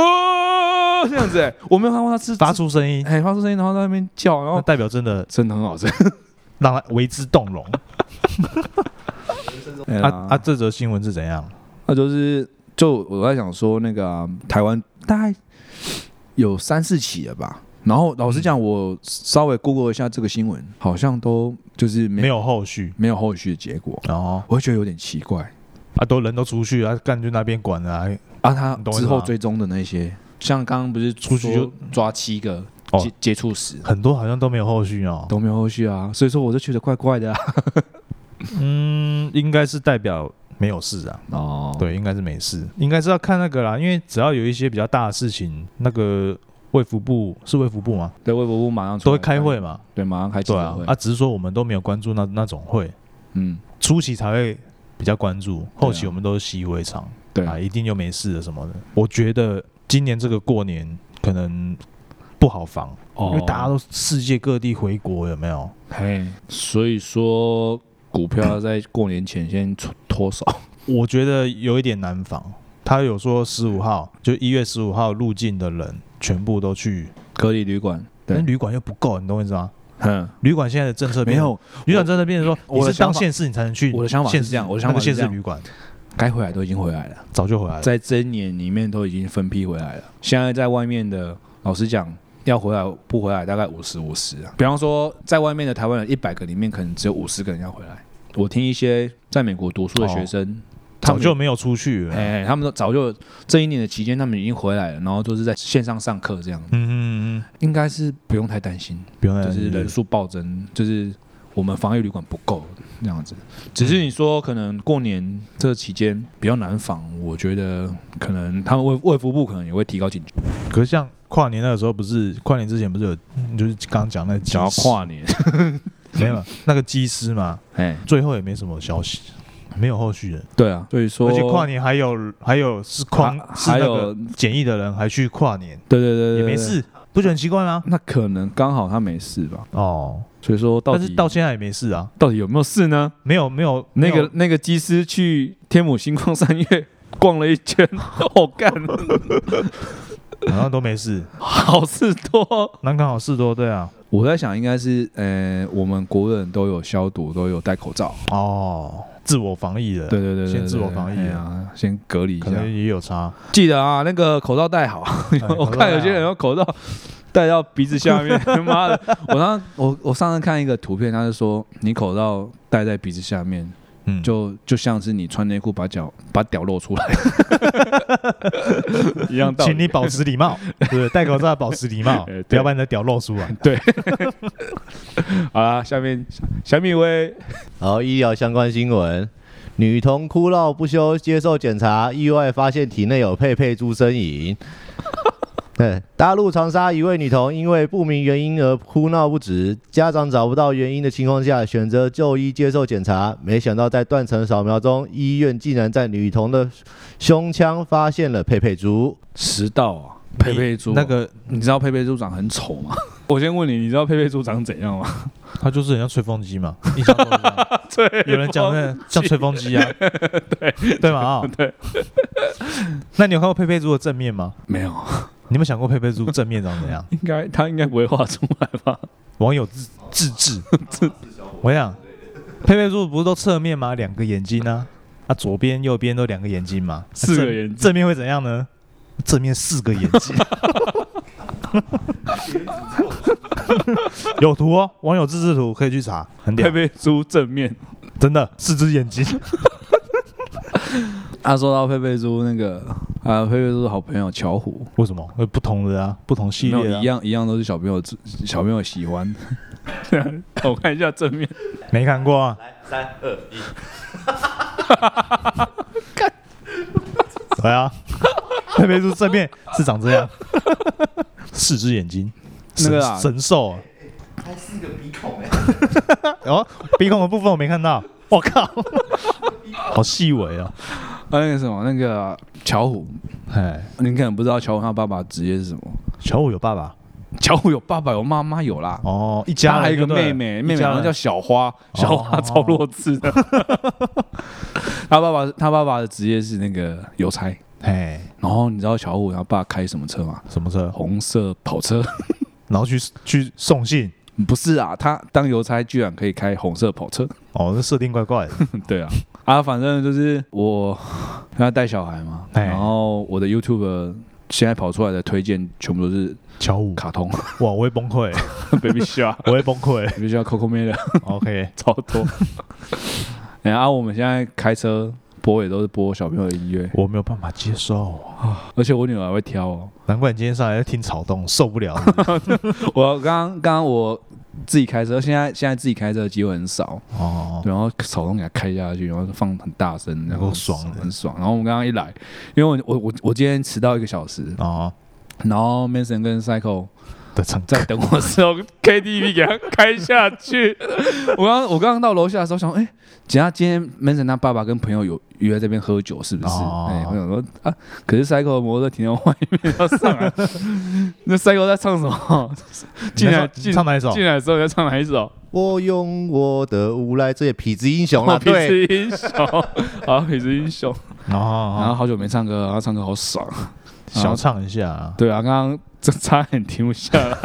Speaker 1: 哦这样子哎、我没有看过她吃
Speaker 2: 发出声音，
Speaker 1: 哎发出声音，然后在那边叫，然
Speaker 2: 那
Speaker 1: 后
Speaker 2: 代表真的
Speaker 1: 真的很 好吃。
Speaker 2: 让他为之动容。
Speaker 1: 哎呀
Speaker 2: 啊啊！这则新闻是怎样？
Speaker 1: 那啊就是就我在想说那个啊、台湾大概有三四起了吧。然后老实讲，我稍微 Google 一下这个新闻，好像都就是没
Speaker 2: 没有后续
Speaker 1: 没有后续的结果，
Speaker 2: 哦
Speaker 1: 我会觉得有点奇怪
Speaker 2: 啊，都人都出去啊，干就那边管了啊，
Speaker 1: 啊。他
Speaker 2: 你懂我意
Speaker 1: 之
Speaker 2: 思
Speaker 1: 后
Speaker 2: 吗
Speaker 1: 追踪的那些，像刚刚不是
Speaker 2: 出去
Speaker 1: 说
Speaker 2: 就
Speaker 1: 抓七个
Speaker 2: 哦
Speaker 1: 接接触史
Speaker 2: 很多好像都没有后续哦。
Speaker 1: 都没有后续啊，所以说我就觉得怪怪的啊。
Speaker 2: 嗯，应该是代表没有事啊。
Speaker 1: 哦，
Speaker 2: 对，应该是没事，应该是要看那个啦，因为只要有一些比较大的事情，那个卫福部是卫福部嘛，
Speaker 1: 对，微博部马上出
Speaker 2: 都会
Speaker 1: 来
Speaker 2: 开，会嘛，
Speaker 1: 对，马上开记
Speaker 2: 对
Speaker 1: 者
Speaker 2: 啊
Speaker 1: 会，
Speaker 2: 啊，只是说我们都没有关注那那种会，
Speaker 1: 嗯，
Speaker 2: 初期才会比较关注，后期
Speaker 1: 对啊
Speaker 2: 我们都是习以为常
Speaker 1: 对
Speaker 2: 啊，一定就没事了什么的。我觉得今年这个过年可能不好防，因为大家
Speaker 1: 都
Speaker 2: 都世界各地回国，有没有？
Speaker 1: 嘿，所以说股票要在过年前先出脱手。
Speaker 2: 我觉得有一点难防。他有说十五号，就一月十五号入境的人全部都去
Speaker 1: 隔离旅馆，
Speaker 2: 那
Speaker 1: 对，
Speaker 2: 旅馆又不够，你懂我意思吗？
Speaker 1: 嗯，
Speaker 2: 旅馆现在的政策
Speaker 1: 没
Speaker 2: 变成，
Speaker 1: 有，
Speaker 2: 旅馆政策变成说，
Speaker 1: 我
Speaker 2: 你
Speaker 1: 的
Speaker 2: 是当
Speaker 1: 想法
Speaker 2: 县市你才能去县市，
Speaker 1: 我的想法是这样我的想法
Speaker 2: 那个县
Speaker 1: 是这
Speaker 2: 市
Speaker 1: 样
Speaker 2: 旅馆
Speaker 1: 该回来都已经回来了，
Speaker 2: 早就回来了，
Speaker 1: 在这一年里面都已经分批回来了。现在在外面的，老实讲，要回来不回来大概五十五十啊。比方说，在外面的台湾人一百个里面，可能只有五十个人要回来。我听一些在美国读书的学生，他
Speaker 2: 哦早
Speaker 1: 们
Speaker 2: 就没有出去了。
Speaker 1: 哎、他们都早就这一年的期间，他们已经回来了，然后都是在线上上课这样，
Speaker 2: 嗯嗯嗯
Speaker 1: 应该是不用太担心
Speaker 2: 嗯，，不用再
Speaker 1: 就是人数暴增，就是我们防疫旅馆不够，这样子。只是你说可能过年这期间比较难防，我觉得可能他们卫卫福部可能也会提高警 觉，
Speaker 2: 可是像跨年那个时候，不是跨年之前不是有，嗯就是刚刚讲那个
Speaker 1: 想要
Speaker 2: 鸡
Speaker 1: 跨年，
Speaker 2: 丝没有那个机师嘛，
Speaker 1: 哎，
Speaker 2: 最后也没什么消息，没有后续的。
Speaker 1: 对啊，所以说
Speaker 2: 而且跨年还有还有是框
Speaker 1: 还，
Speaker 2: 是那
Speaker 1: 还
Speaker 2: 个
Speaker 1: 有
Speaker 2: 检疫的人还去跨年，
Speaker 1: 对对对对，
Speaker 2: 也没
Speaker 1: 对，
Speaker 2: 事，不是很奇怪吗？
Speaker 1: 那可能刚好他没事吧。
Speaker 2: 哦，
Speaker 1: 所以说到
Speaker 2: 但
Speaker 1: 底
Speaker 2: 是到现在也没事啊，
Speaker 1: 到底有没有事呢？
Speaker 2: 没有没有
Speaker 1: 那
Speaker 2: 没
Speaker 1: 个
Speaker 2: 有
Speaker 1: 那个机师去天母星光三月逛了一圈， 我、干，
Speaker 2: 好像都没事，
Speaker 1: 好事多。
Speaker 2: 南港好事多对啊，
Speaker 1: 我在想，应该是呃，我们国人都有消毒，都有戴口罩。
Speaker 2: 哦，自我防疫的，
Speaker 1: 对对对对，
Speaker 2: 先自我
Speaker 1: 对
Speaker 2: 防疫
Speaker 1: 哎呀，先隔离一
Speaker 2: 可
Speaker 1: 下。
Speaker 2: 能也有差，
Speaker 1: 记得啊，那个 口罩戴好。 我看有些人用口罩戴到鼻子下 面，妈的！我上我我上次看一个图片，他是说你口罩戴在鼻子下面，
Speaker 2: 嗯
Speaker 1: 就就像是你穿内裤把脚把屌露出来一样道理。
Speaker 2: 请你保持 礼貌，对不对，戴口罩保持礼貌
Speaker 1: 哎对，
Speaker 2: 不要把你的屌露出来。
Speaker 1: 好啦，下面小米薇
Speaker 3: 好，医疗相关新闻：女童哭闹不休，接受检查，意外发现体内有佩佩猪身影。 对，大陆长沙一位女童因为不明原因而哭闹不止，家长找不到原因的情况下，选择就医接受检查，没想到在断层扫描中，医院竟然在女童的胸腔发现了佩佩猪。
Speaker 1: 迟到啊，佩佩猪
Speaker 2: 那个
Speaker 1: 你知道佩佩猪长很丑吗？我先问你，你知道佩佩猪长怎样吗？
Speaker 2: 它就是很像吹风机嘛，印象中是这样
Speaker 1: 对
Speaker 2: 有人讲的像吹风机啊， 对对嘛啊，对。那你有看过佩佩猪的正面吗？
Speaker 1: 没有，
Speaker 2: 你有没有想过佩佩猪正面长怎样？
Speaker 1: 应该他应该不会画出来吧？
Speaker 2: 网友自自制， 我想佩佩猪不是都侧面吗？两个眼睛呢、啊？啊，左边右边都两个眼睛嘛？啊
Speaker 1: 四个
Speaker 2: 正
Speaker 1: 眼睛
Speaker 2: 正面会怎样呢？正面四个眼 睛，有图哦，网友自制图可以去查，很屌
Speaker 1: 佩，佩猪正面。
Speaker 2: 真的四只眼睛。
Speaker 1: 他说到佩佩猪那个啊，佩佩猪的好朋友巧虎，
Speaker 2: 为什么？呃不同的啊，不同系
Speaker 1: 没
Speaker 2: 列
Speaker 1: 有
Speaker 2: 的啊
Speaker 1: 一样一样都是小朋友小朋友喜 欢。我看一下正面，
Speaker 2: 没看过啊？
Speaker 3: 三二一，
Speaker 2: 对啊，佩佩猪正面是长这 样，四只眼睛，
Speaker 1: 那
Speaker 2: 神
Speaker 1: 个啊
Speaker 2: 神兽啊，
Speaker 3: 还四个鼻孔哎、
Speaker 2: 哦，鼻孔的部分我没看到，我靠，好细微啊！
Speaker 1: 啊，那个什么，那个巧虎，
Speaker 2: 哎，
Speaker 1: 你可能不知道巧虎他爸爸职业是什么。
Speaker 2: 小五有爸爸
Speaker 1: 巧虎有爸爸有妈妈有啦，
Speaker 2: 哦，一
Speaker 1: 加
Speaker 2: 家
Speaker 1: 还有
Speaker 2: 人
Speaker 1: 一个
Speaker 2: 就对
Speaker 1: 妹妹，
Speaker 2: 了
Speaker 1: 妹妹
Speaker 2: 一家
Speaker 1: 好像
Speaker 2: 人哦
Speaker 1: 叫小花，小花超弱智 的。他爸爸他爸爸的职业是那个邮差，
Speaker 2: 哎
Speaker 1: 然后你知道巧虎他爸开什么车吗？
Speaker 2: 什么车，
Speaker 1: 红色跑车。
Speaker 2: 然后去去送信
Speaker 1: 不是啊，他当邮差居然可以开红色跑车。
Speaker 2: 哦，这设定怪 怪的，
Speaker 1: 对啊，啊，反正就是我 他带小孩嘛，
Speaker 2: 哎
Speaker 1: 然后我的 YouTube 现在跑出来的推荐全部都是
Speaker 2: 小五，
Speaker 1: 卡通
Speaker 2: 哇，我会崩溃，
Speaker 1: ，Baby Shark，
Speaker 2: 我会崩溃
Speaker 1: 比如叫 Coco m e l
Speaker 2: ，OK，
Speaker 1: 超多。然后、啊、我们现在开车播也都是播小朋友的音乐，
Speaker 2: 我没有办法接受，啊
Speaker 1: 而且我女儿还会挑哦。
Speaker 2: 难怪你今天上来在听草动，受不了，
Speaker 1: 我刚刚刚我自己开车，现在现在自己开车的机会很少，
Speaker 2: 哦，
Speaker 1: 然后手动给它开下去，然后放很大声，然
Speaker 2: 够
Speaker 1: 后
Speaker 2: 爽的
Speaker 1: 很爽。然后我们刚刚一来，因为我我我我今天迟到一个小时，
Speaker 2: 哦
Speaker 1: 然后 Mason 跟 Cycle
Speaker 2: 的唱
Speaker 1: 在等 我的时候，KTV 给他开下去。我刚我刚刚到楼下的时候想说，哎、只要今天 Mason 他爸爸跟朋友有约在这边喝酒，是不是？哎、
Speaker 2: 哦
Speaker 1: 我想说啊，可是 Cycle 的摩托车停在外面要上来，那 Cycle 在唱什么？进来
Speaker 2: 你在
Speaker 1: 进
Speaker 2: 唱哪一首？
Speaker 1: 进来的时候要唱哪一首？
Speaker 3: 我哦用我的无赖，这也痞子英雄
Speaker 1: 哇
Speaker 3: 了，
Speaker 1: 痞
Speaker 3: 哦对，
Speaker 1: 子英雄，好，痞子英雄。然后
Speaker 2: 哦，
Speaker 1: 好久没唱歌，然后唱歌好爽。
Speaker 2: 小唱一下啊，
Speaker 1: 对啊，刚刚这差点停不下来。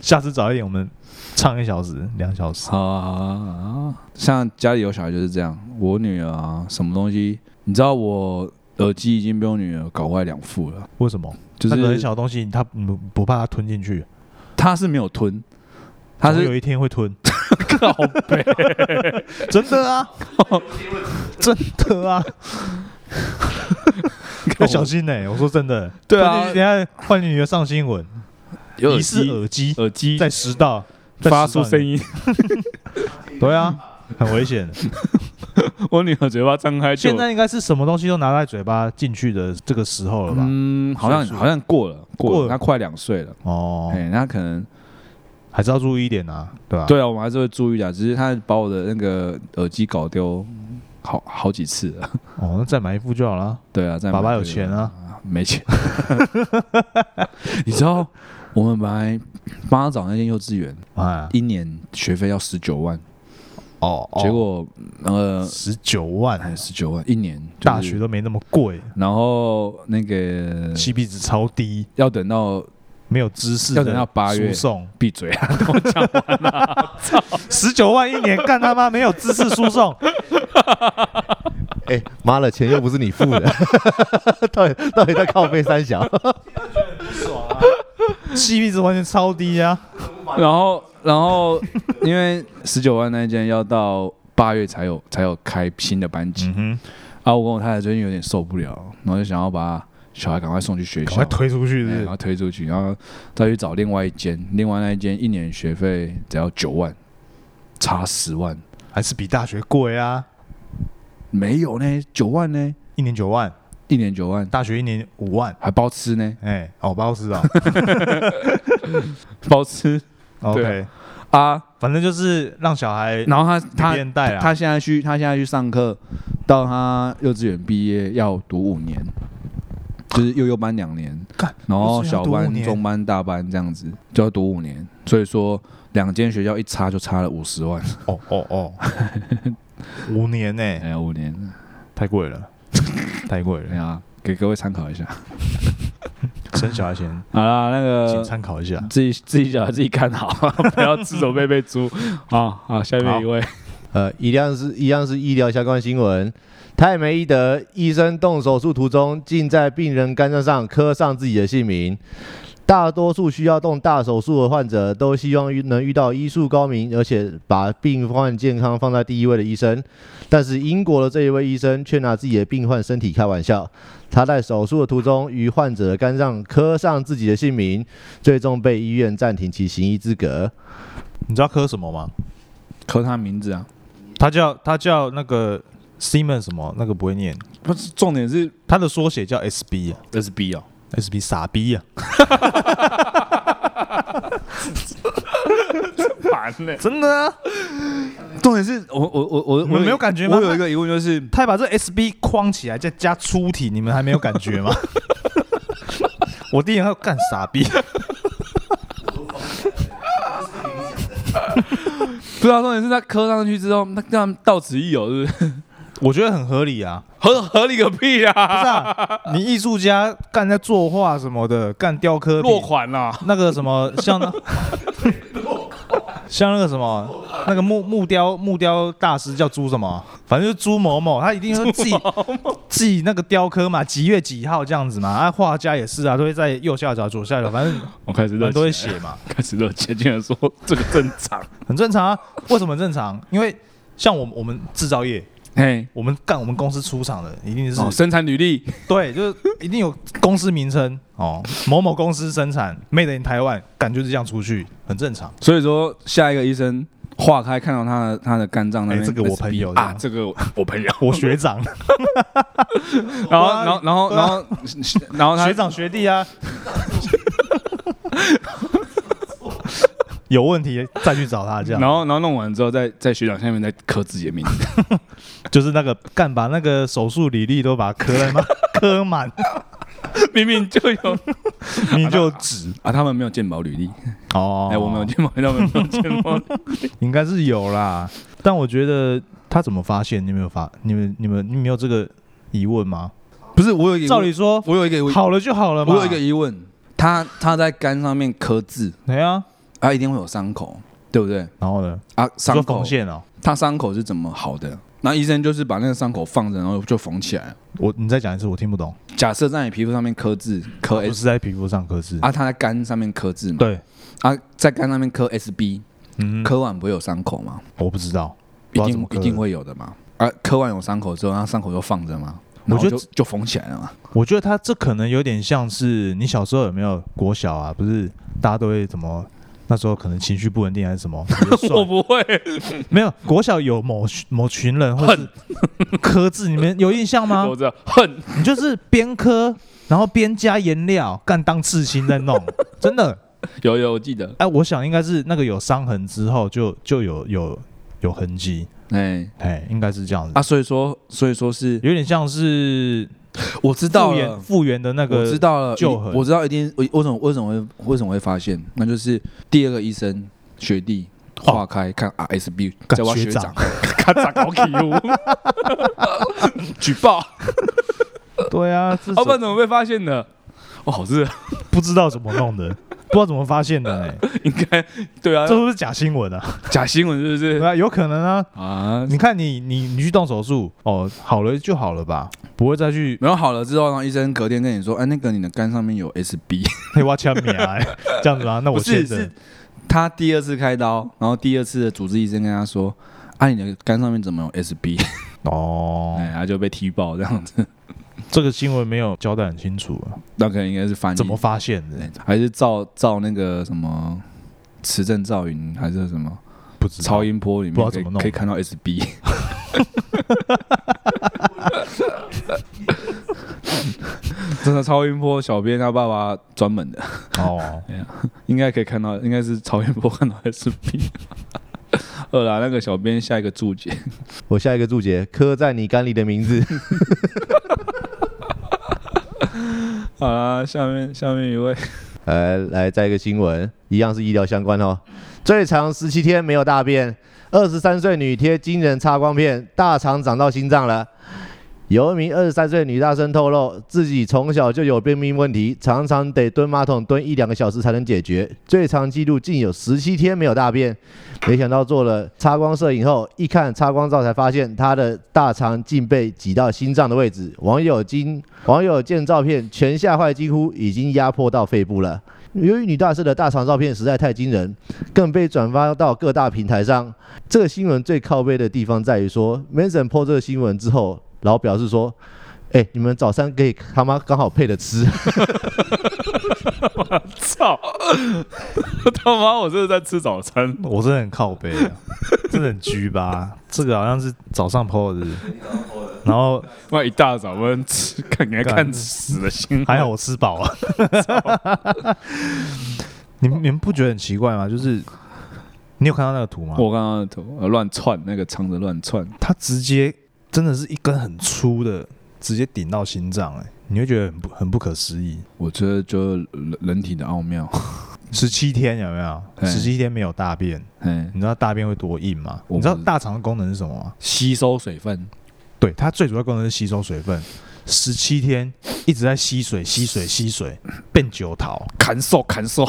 Speaker 2: 下次早一点我们唱一小时、两小时。
Speaker 1: 好啊好啊好啊，像家里有小孩就是这样，我女儿啊，什么东西，你知道我耳机已经被我女儿搞坏两副了，
Speaker 2: 为什么？
Speaker 1: 就
Speaker 2: 那个很
Speaker 1: 是
Speaker 2: 小的东西，它不不怕它吞进去，
Speaker 1: 她是没有吞，她
Speaker 2: 它有
Speaker 1: 是
Speaker 2: 一天会吞，
Speaker 1: 靠背，
Speaker 2: 真的 啊，真的啊，要小心呢、欸我说真的，
Speaker 1: 对啊
Speaker 2: 吞进去等一下换你女儿上新闻，
Speaker 1: 有
Speaker 2: 疑似耳机
Speaker 1: 耳机
Speaker 2: 在食道
Speaker 1: 发出声
Speaker 2: 音，
Speaker 1: 音，
Speaker 2: 对啊，很 危险。
Speaker 4: 我女儿嘴巴张开就
Speaker 2: 现在应该是什么东西都拿在嘴巴进去的这个时候了吧？
Speaker 1: 嗯，好像
Speaker 2: 岁数
Speaker 1: 好像过了，
Speaker 2: 过
Speaker 1: 过
Speaker 2: 了
Speaker 1: 了，他快两岁了，
Speaker 2: 哦，
Speaker 1: 哎，那可能
Speaker 2: 还是要注意一点啊，对吧、
Speaker 1: 对啊，我们还是会注意的，只是他把我的那个耳机搞丢好好几次了，
Speaker 2: 哦，那再买一副就好了。
Speaker 1: 对啊，在
Speaker 2: 爸爸
Speaker 1: 买
Speaker 2: 有
Speaker 1: 这个
Speaker 2: 钱啊，
Speaker 1: 没钱， 你知道我们本来帮他找那间幼稚园，
Speaker 2: 哎，
Speaker 1: 一年学费要十九万，
Speaker 2: 哦，
Speaker 1: 结果呃，
Speaker 2: 十九万，
Speaker 1: 哎，十九万一年，就是
Speaker 2: 大学都没那么贵
Speaker 1: 然后那个
Speaker 2: ，CP 值超低，
Speaker 1: 要等到
Speaker 2: 没有知识
Speaker 1: 要等到八月
Speaker 2: 输送
Speaker 1: 闭嘴啊！
Speaker 2: 十九万一年，干他妈没有知识输送，
Speaker 3: 哎，妈了，钱又不是你付的， 到底到底在靠背三小？
Speaker 2: CP 值完全超低啊！
Speaker 1: 然后，然后因为十九万那一间要到八月才有才有开新的班级、
Speaker 2: 嗯
Speaker 1: 啊，我跟我太太最近有点受不了，然后就想要把小孩赶快送去学
Speaker 2: 哼，赶
Speaker 1: 校
Speaker 2: 快。推出去
Speaker 1: 哎
Speaker 2: 是不
Speaker 1: 然
Speaker 2: 是，
Speaker 1: 后推出去，然后再去找另外一间，另外那一间一年学费只要九万，差十万，
Speaker 2: 还是比大学贵啊？
Speaker 1: 没有呢，九万呢，
Speaker 2: 一年九万，
Speaker 1: 一年九万，
Speaker 2: 大学一年五万，
Speaker 1: 还包吃呢，
Speaker 2: 哎，哦，包知道
Speaker 1: 包吃对
Speaker 2: ，OK，
Speaker 1: 啊，
Speaker 2: 反正就是让小孩
Speaker 1: 然后他他
Speaker 2: 变带啊，
Speaker 1: 他现在去，他现在去上课，到他幼稚园毕业要读五年，就是幼幼班两年
Speaker 2: 干，
Speaker 1: 然后
Speaker 2: 幼稚园要
Speaker 1: 小
Speaker 2: 读五
Speaker 1: 班、
Speaker 2: 年
Speaker 1: 中班、大班这样子就要读五年，所以说两间学校一差就差了五十万，
Speaker 2: 哦哦哦，五年 呢，
Speaker 1: 哎呀，五年，
Speaker 2: 太贵了，太贵
Speaker 1: 哎
Speaker 2: 了，
Speaker 1: 呀，给各位参考一 下。
Speaker 2: 生小孩前
Speaker 1: 好啦，那
Speaker 2: 请
Speaker 1: 个
Speaker 2: 参考一下。
Speaker 1: 自己自己小孩自己看好，
Speaker 4: 不要自首被被猪啊！好，下面一位，
Speaker 3: 呃，一样是一样是医疗相关新闻。泰梅伊德医生动手术途中，竟在病人肝脏上刻上自己的姓名。大多数需要动大手术的患者都希望遇能遇到医术高明，而且把病患健康放在第一位的医生。但是英国的这一位医生却拿自己的病患身体开玩笑。他在手术的途中，于患者的肝脏刻上自己的姓名，最终被医院暂停其行医资格。
Speaker 2: 你知道科什么吗？
Speaker 1: 刻他名字啊，
Speaker 2: 他叫他叫那个 Simon 什么，那个不会念，
Speaker 1: 不是重点是
Speaker 2: 他的缩写叫 SB 啊
Speaker 1: S B 哦，
Speaker 2: ，SB 傻逼啊，
Speaker 4: 烦嘞，
Speaker 2: 真的啊，
Speaker 1: 重点是我我我我
Speaker 2: 你们没有感觉吗
Speaker 1: 我有一个疑问就是。
Speaker 2: 他还把这 SB 框起来，再加粗体，你们还没有感觉吗？我第一眼要干傻逼，
Speaker 1: 不知道重点是他磕上去之后，那那到此一游，是不是？
Speaker 2: 我觉得很合理啊，
Speaker 1: 合合理个屁
Speaker 2: 不
Speaker 1: 啊！
Speaker 2: 是啊？你艺术家干在作画什么的，干雕刻笔
Speaker 4: 落款
Speaker 1: 啊
Speaker 4: 啦，
Speaker 2: 那个什 么，像那像那个什么，那个木木雕木雕大师叫朱什么，反正就是朱某某，他一定会记记那个雕刻嘛，几月几号这样子嘛。啊，画家也是啊，都会在右下角、左下角，反正
Speaker 4: 我开始
Speaker 2: 人
Speaker 4: 热
Speaker 2: 都会
Speaker 4: 起来，
Speaker 2: 写 嘛，
Speaker 4: 开始热起来，竟然说这个正常，
Speaker 2: 很正常啊。为什么很正常？因为像我们我们制造业，
Speaker 1: 嘿，
Speaker 2: 我们干我们公司出厂的，一定 是、
Speaker 1: 哦，生产履历，
Speaker 2: 对，就是一定有公司名称 哦，某某公司生产 Made in 台湾，感觉是这样出去，很正常。
Speaker 1: 所以说下一个医生化开看到他的他的肝脏那边
Speaker 2: 哎，这个我朋友
Speaker 1: 啊，这个我朋友，
Speaker 2: 我学长，
Speaker 1: 然后然后然后
Speaker 2: 对啊
Speaker 1: 然后然后他
Speaker 2: 学长学弟啊， 有问题再去找他，这
Speaker 1: 然
Speaker 2: 样
Speaker 1: 后然后弄完之后，在在学长下面再刻自己的名 字，
Speaker 2: 就是那个干把那个手术履历都把它刻了 吗？刻满，
Speaker 4: 明明就有，
Speaker 2: 你就指
Speaker 1: 啊，他们没有鉴宝履历，
Speaker 2: 哦
Speaker 1: 哎，我没有鉴宝，他们没有鉴 宝，
Speaker 2: 应该是有啦，但我觉得他怎么发现？你有没有发？你们你们你没有这个疑问吗？
Speaker 1: 不是我有一个疑问
Speaker 2: 照理说
Speaker 1: 我有一个疑问
Speaker 2: 好了就好了嘛。
Speaker 1: 我有一个疑问，他他在肝上面刻字，
Speaker 2: 对啊，
Speaker 1: 他一定会有伤口，对不对？
Speaker 2: 然后呢？
Speaker 1: 啊，
Speaker 2: 你说
Speaker 1: 伤口
Speaker 2: 缝线哦，
Speaker 1: 他伤口是怎么好的？那医生就是把那个伤口放着，然后就缝起来。
Speaker 2: 我你再讲一次，我听不懂。
Speaker 1: 假设在你皮肤上面刻字，刻
Speaker 2: 哦不
Speaker 1: S
Speaker 2: 是在皮肤上刻字
Speaker 1: 啊，他在肝上面刻字嘛？
Speaker 2: 对，
Speaker 1: 啊，在肝上面刻 SB，
Speaker 2: 嗯，
Speaker 1: 刻完不会有伤口吗？
Speaker 2: 我不知道，不
Speaker 1: 一
Speaker 2: 知道怎
Speaker 1: 定
Speaker 2: 么刻
Speaker 1: 一
Speaker 2: 的
Speaker 1: 定会有的嘛。啊，刻完有伤口之后，那伤口就放着嘛，
Speaker 2: 我
Speaker 1: 然后
Speaker 2: 觉得
Speaker 1: 就就缝起来了嘛。
Speaker 2: 我觉得他这可能有点像是你小时候有没有国小啊？不是大家都会怎么那时候可能情绪不稳定还是什么，我就算
Speaker 4: 我
Speaker 2: 了
Speaker 4: 不会，
Speaker 2: 没有国小有某某群人或是科字，你们有印象吗
Speaker 4: 我？
Speaker 1: 啊
Speaker 4: 知道恨
Speaker 2: 你就是边磕然后边加颜料，干当刺青在弄，真的。
Speaker 4: 有有我记得，
Speaker 2: 哎，我想应该是那个有伤痕之后就就有有有痕迹，
Speaker 1: 哎
Speaker 2: 哎，应该是这样子，
Speaker 1: 啊，所以说所以说是
Speaker 2: 有点像是
Speaker 1: 我知道
Speaker 2: 复原
Speaker 1: 了，
Speaker 2: 复原的那
Speaker 1: 我
Speaker 2: 个，
Speaker 1: 知道了，
Speaker 2: 旧
Speaker 1: 一
Speaker 2: 痕
Speaker 1: 我知道一定为为什么为什么会为什么会发现，那就是第二个医生学弟化开看 RSB
Speaker 2: 哦干
Speaker 1: 在挖
Speaker 2: 学
Speaker 1: 学
Speaker 2: 长
Speaker 1: 长，
Speaker 4: 咔嚓搞起我， 举 报，
Speaker 2: 对啊，这
Speaker 1: 哦
Speaker 4: 老板哦怎么被发现哦的？我好热，
Speaker 2: 不知道怎么弄 的，不知道怎么发现的、欸，
Speaker 4: 应该对啊
Speaker 1: 哎
Speaker 2: 这，是不是假新闻啊？
Speaker 4: 假新闻是不
Speaker 2: 对
Speaker 4: 是？
Speaker 2: 啊，有可能啊。
Speaker 1: 啊，
Speaker 2: 你看你你你去动手术哦，好了就好了吧，不会再去
Speaker 1: 然后好了之后，然后医生隔天跟你说，哎，那个你的肝上面有 SB，
Speaker 2: 黑挖枪米 啊、欸这样子啊？那我
Speaker 1: 不
Speaker 2: 确
Speaker 1: 是
Speaker 2: 诊
Speaker 1: 是，他第二次开刀，然后第二次的主治医生跟他说，啊，你的肝上面怎么有 SB？
Speaker 2: 哦，
Speaker 1: 哎，他就被踢爆这样子，
Speaker 2: 这个新闻没有交代很清楚啊，
Speaker 1: 那可能应该是翻译
Speaker 2: 怎么发现的？
Speaker 1: 对还是照照那个什么磁振造影还是什么
Speaker 2: 不知道
Speaker 1: 超音波里
Speaker 2: 不知
Speaker 1: 面
Speaker 2: 道
Speaker 1: 可
Speaker 2: 怎
Speaker 1: 以
Speaker 2: 么弄
Speaker 1: 可以看到 SB。真的超音波，小编他爸爸啊专门的，
Speaker 2: 哦，
Speaker 1: 应该可以看到，应该是超音波看到 SB。二啦，那个小编下一个注 解，
Speaker 3: 我下一个注解，刻在你肝里的名字。
Speaker 1: 好啦，下面下面一位，
Speaker 3: 来来，再一个新闻，一样是医疗相关哦。最长十七天没有大便，二十三岁女贴惊人擦光片，大肠长到心脏了。有一名二十三岁女大生透露，自己从小就有便秘问题，常常得蹲马桶蹲一两个小时才能解决，最长记录竟有十七天没有大便。没想到做了擦光摄影后，一看擦光照才发现她的大肠竟被挤到心脏的位置。网友惊，网友见照片全吓坏，惊呼已经压迫到肺部了。由于女大生的大肠照片实在太惊人，更被转发到各大平台上。这个新闻最靠背的地方在于说，Mason 破这个新闻之后，然后表示说：“哎、你们早餐可以他妈刚好配着吃。”
Speaker 4: 操！他妈，我这是在吃早餐，
Speaker 2: 我真的很靠 背啊，真的很居吧。这个好像是早上 PO 的，然后
Speaker 4: 妈一大早我吃，看给他看死的 心，
Speaker 2: 还好我吃饱啊。 你们你们不觉得很奇怪吗？就是你有看到那个图吗？
Speaker 1: 我刚刚的头呃乱窜，那个肠子乱窜，
Speaker 2: 它直接真的是一根很粗的，直接顶到心脏，哎，你会觉得很不很不可思议。
Speaker 1: 我觉得就人人体的奥 妙，
Speaker 2: 十七天有没有？
Speaker 1: 嘿
Speaker 2: 十七天没有大便，
Speaker 1: 哎，
Speaker 2: 你知道大便会多硬吗？
Speaker 1: 我不
Speaker 2: 你知道
Speaker 1: 知
Speaker 2: 大肠的功能是什么吗？
Speaker 1: 吸收水分，
Speaker 2: 对，它最主要功能是吸收水分。十七天一直在吸水，吸水，吸水，变九桃，
Speaker 1: 砍瘦砍瘦，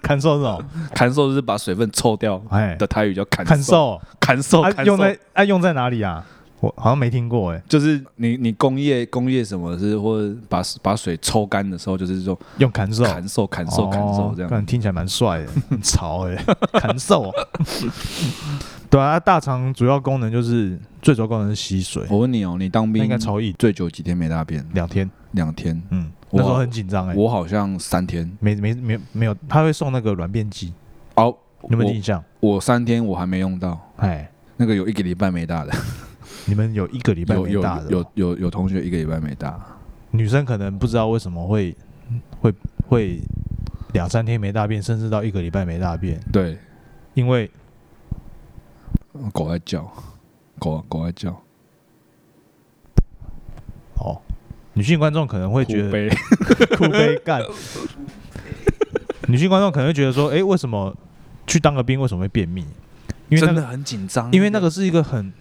Speaker 2: 看瘦这种，
Speaker 1: 砍瘦就是把水分抽掉
Speaker 2: 哎，
Speaker 1: 的台语叫砍
Speaker 2: 看
Speaker 1: 瘦，
Speaker 2: 瘦，
Speaker 1: 砍 瘦，
Speaker 2: 啊，
Speaker 1: 砍
Speaker 2: 用
Speaker 1: 瘦，
Speaker 2: 在啊用在哪里啊？我好像没听过，哎，
Speaker 1: 就是你你工业工业什么是或者把把水抽干的时候，就是说
Speaker 2: 用看瘦，
Speaker 1: 砍瘦砍瘦砍
Speaker 2: 哦
Speaker 1: 瘦这样。
Speaker 2: 干听起来蛮帅的， 很潮哎、砍瘦。对啊，大肠主要功能就是最主要功能是吸水，
Speaker 1: 我问你哦，你当
Speaker 2: 那
Speaker 1: 兵
Speaker 2: 应该超硬，
Speaker 1: 最久几天没大便？
Speaker 2: 两天。
Speaker 1: 两天，
Speaker 2: 嗯，
Speaker 1: 哇
Speaker 2: 那时候很紧张哎，
Speaker 1: 我好像三天。
Speaker 2: 没没没没有，他会送那个软便剂，
Speaker 1: 哦，
Speaker 2: 你有没有
Speaker 1: 我
Speaker 2: 印象？
Speaker 1: 我三天我还没用到，
Speaker 2: 哎，
Speaker 1: 那个有一个礼拜没大的，
Speaker 2: 你们有一个礼拜
Speaker 1: 有
Speaker 2: 没
Speaker 1: 有
Speaker 2: 大的
Speaker 1: 有
Speaker 2: 吗，
Speaker 1: 有有同学一个礼拜没大，
Speaker 2: 女生可能不知道为什么会会会两三天没大便，甚至到一个礼拜没大便，
Speaker 1: 对，
Speaker 2: 因为
Speaker 1: 狗在叫，狗狗在叫，
Speaker 2: 哦，女性观众可能会觉
Speaker 4: 苦
Speaker 2: 得
Speaker 4: 悲，
Speaker 2: 哭悲干。 女性观众可能会觉得说，哎、为什么去当个兵为什么会便秘？因为那
Speaker 1: 真
Speaker 2: 个
Speaker 1: 的，啊很紧张，
Speaker 2: 因为那个是一个很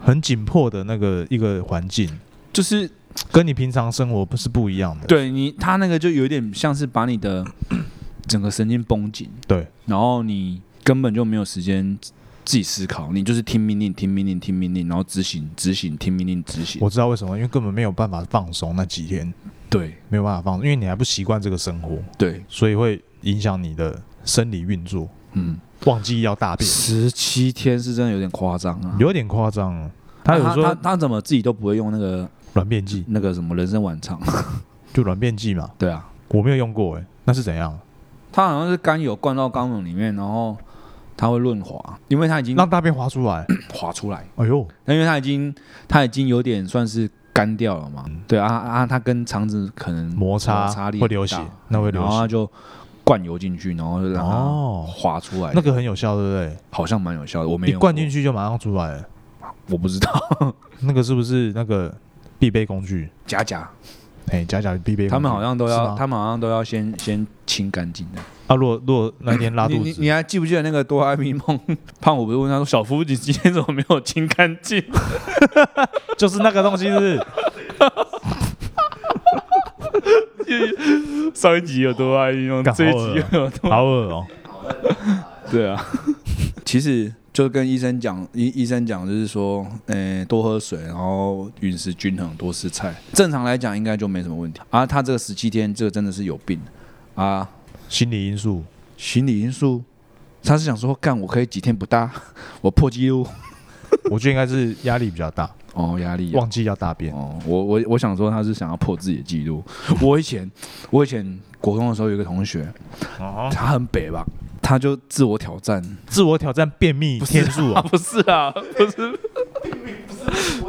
Speaker 2: 很紧迫的那个一个环境，
Speaker 1: 就是
Speaker 2: 跟你平常生活不是不一样的。
Speaker 1: 对你，他那个就有点像是把你的 整个神经绷紧，
Speaker 2: 对，
Speaker 1: 然后你根本就没有时间自己思考，你就是听命令、听命令、听命令，然后执行、执行、听命令、执行。
Speaker 2: 我知道为什么，因为根本没有办法放松那几天，
Speaker 1: 对
Speaker 2: 没有办法放松，因为你还不习惯这个生活，
Speaker 1: 对，
Speaker 2: 所以会影响你的生理运作，
Speaker 1: 嗯，
Speaker 2: 忘记要大便，
Speaker 1: 十七天是真的有点夸张啊。
Speaker 2: 有点夸张哦。他
Speaker 1: 他
Speaker 2: 有
Speaker 1: 他
Speaker 2: 说
Speaker 1: 他怎么自己都不会用那个
Speaker 2: 软便剂，
Speaker 1: 那个什么人参晚肠？
Speaker 2: 就软便剂嘛，
Speaker 1: 对啊，
Speaker 2: 欸我没有用过哎、那是怎样？
Speaker 1: 它好像是甘油灌到肛门里面，然后它会润滑，因为它已经
Speaker 2: 让大便滑 出来。
Speaker 1: 滑出来，
Speaker 2: 哎呦，
Speaker 1: 那因为它已经它已经有点算是干掉了嘛。对啊啊，啊它跟肠子可能
Speaker 2: 摩擦
Speaker 1: 摩擦力
Speaker 2: 会流血
Speaker 1: 很大，
Speaker 2: 那会流
Speaker 1: 然后它
Speaker 2: 血。
Speaker 1: 就灌油进去，然后就让它
Speaker 2: 哦，
Speaker 1: 滑出来。
Speaker 2: 那个很有效，对不对？
Speaker 1: 好像蛮有效的，我没
Speaker 2: 一
Speaker 1: 有
Speaker 2: 灌进
Speaker 1: 去，
Speaker 2: 去就马上出来了，
Speaker 1: 我不知道
Speaker 2: 那个是不是那个必备工具？
Speaker 1: 假假，
Speaker 2: 哎，假假必备工具。
Speaker 1: 他们好像都
Speaker 2: 是
Speaker 1: 要，
Speaker 2: 吗
Speaker 1: 他们好像都要先先清干净的。
Speaker 2: 啊，如果如果那天拉
Speaker 1: 你
Speaker 2: 肚
Speaker 1: 你
Speaker 2: 子，
Speaker 1: 你还记不记得那个哆啦 A 梦 胖虎不是问他说小夫你今天怎么没有清干净？
Speaker 2: 就是那个东西，是 不是？
Speaker 4: 上一集有多爱运用，
Speaker 2: 干
Speaker 4: 这一
Speaker 2: 好恶
Speaker 4: 集又有
Speaker 1: 啊
Speaker 4: 多
Speaker 2: 好恶哦。
Speaker 1: 对啊，其实就跟医生讲，医医生讲就是说，呃，多喝水，然后饮食均衡，多吃菜。正常来讲应该就没什么问题啊。他这个十七天，这个真的是有病啊，
Speaker 2: 心理因素，
Speaker 1: 心理因素。他是想说，干我可以几天不搭， 我破纪录
Speaker 2: 我觉得应该是压力比较大，
Speaker 1: 哦，压力啊、
Speaker 2: 忘记要大便。
Speaker 1: 哦，我我我想说他是想要破自己的记录。我以前我以前国中的时候有一个同学，
Speaker 2: 哦，
Speaker 1: 他很北吧，他就自我挑战，
Speaker 2: 自我挑战便秘天数啊，
Speaker 4: 不是啊，不是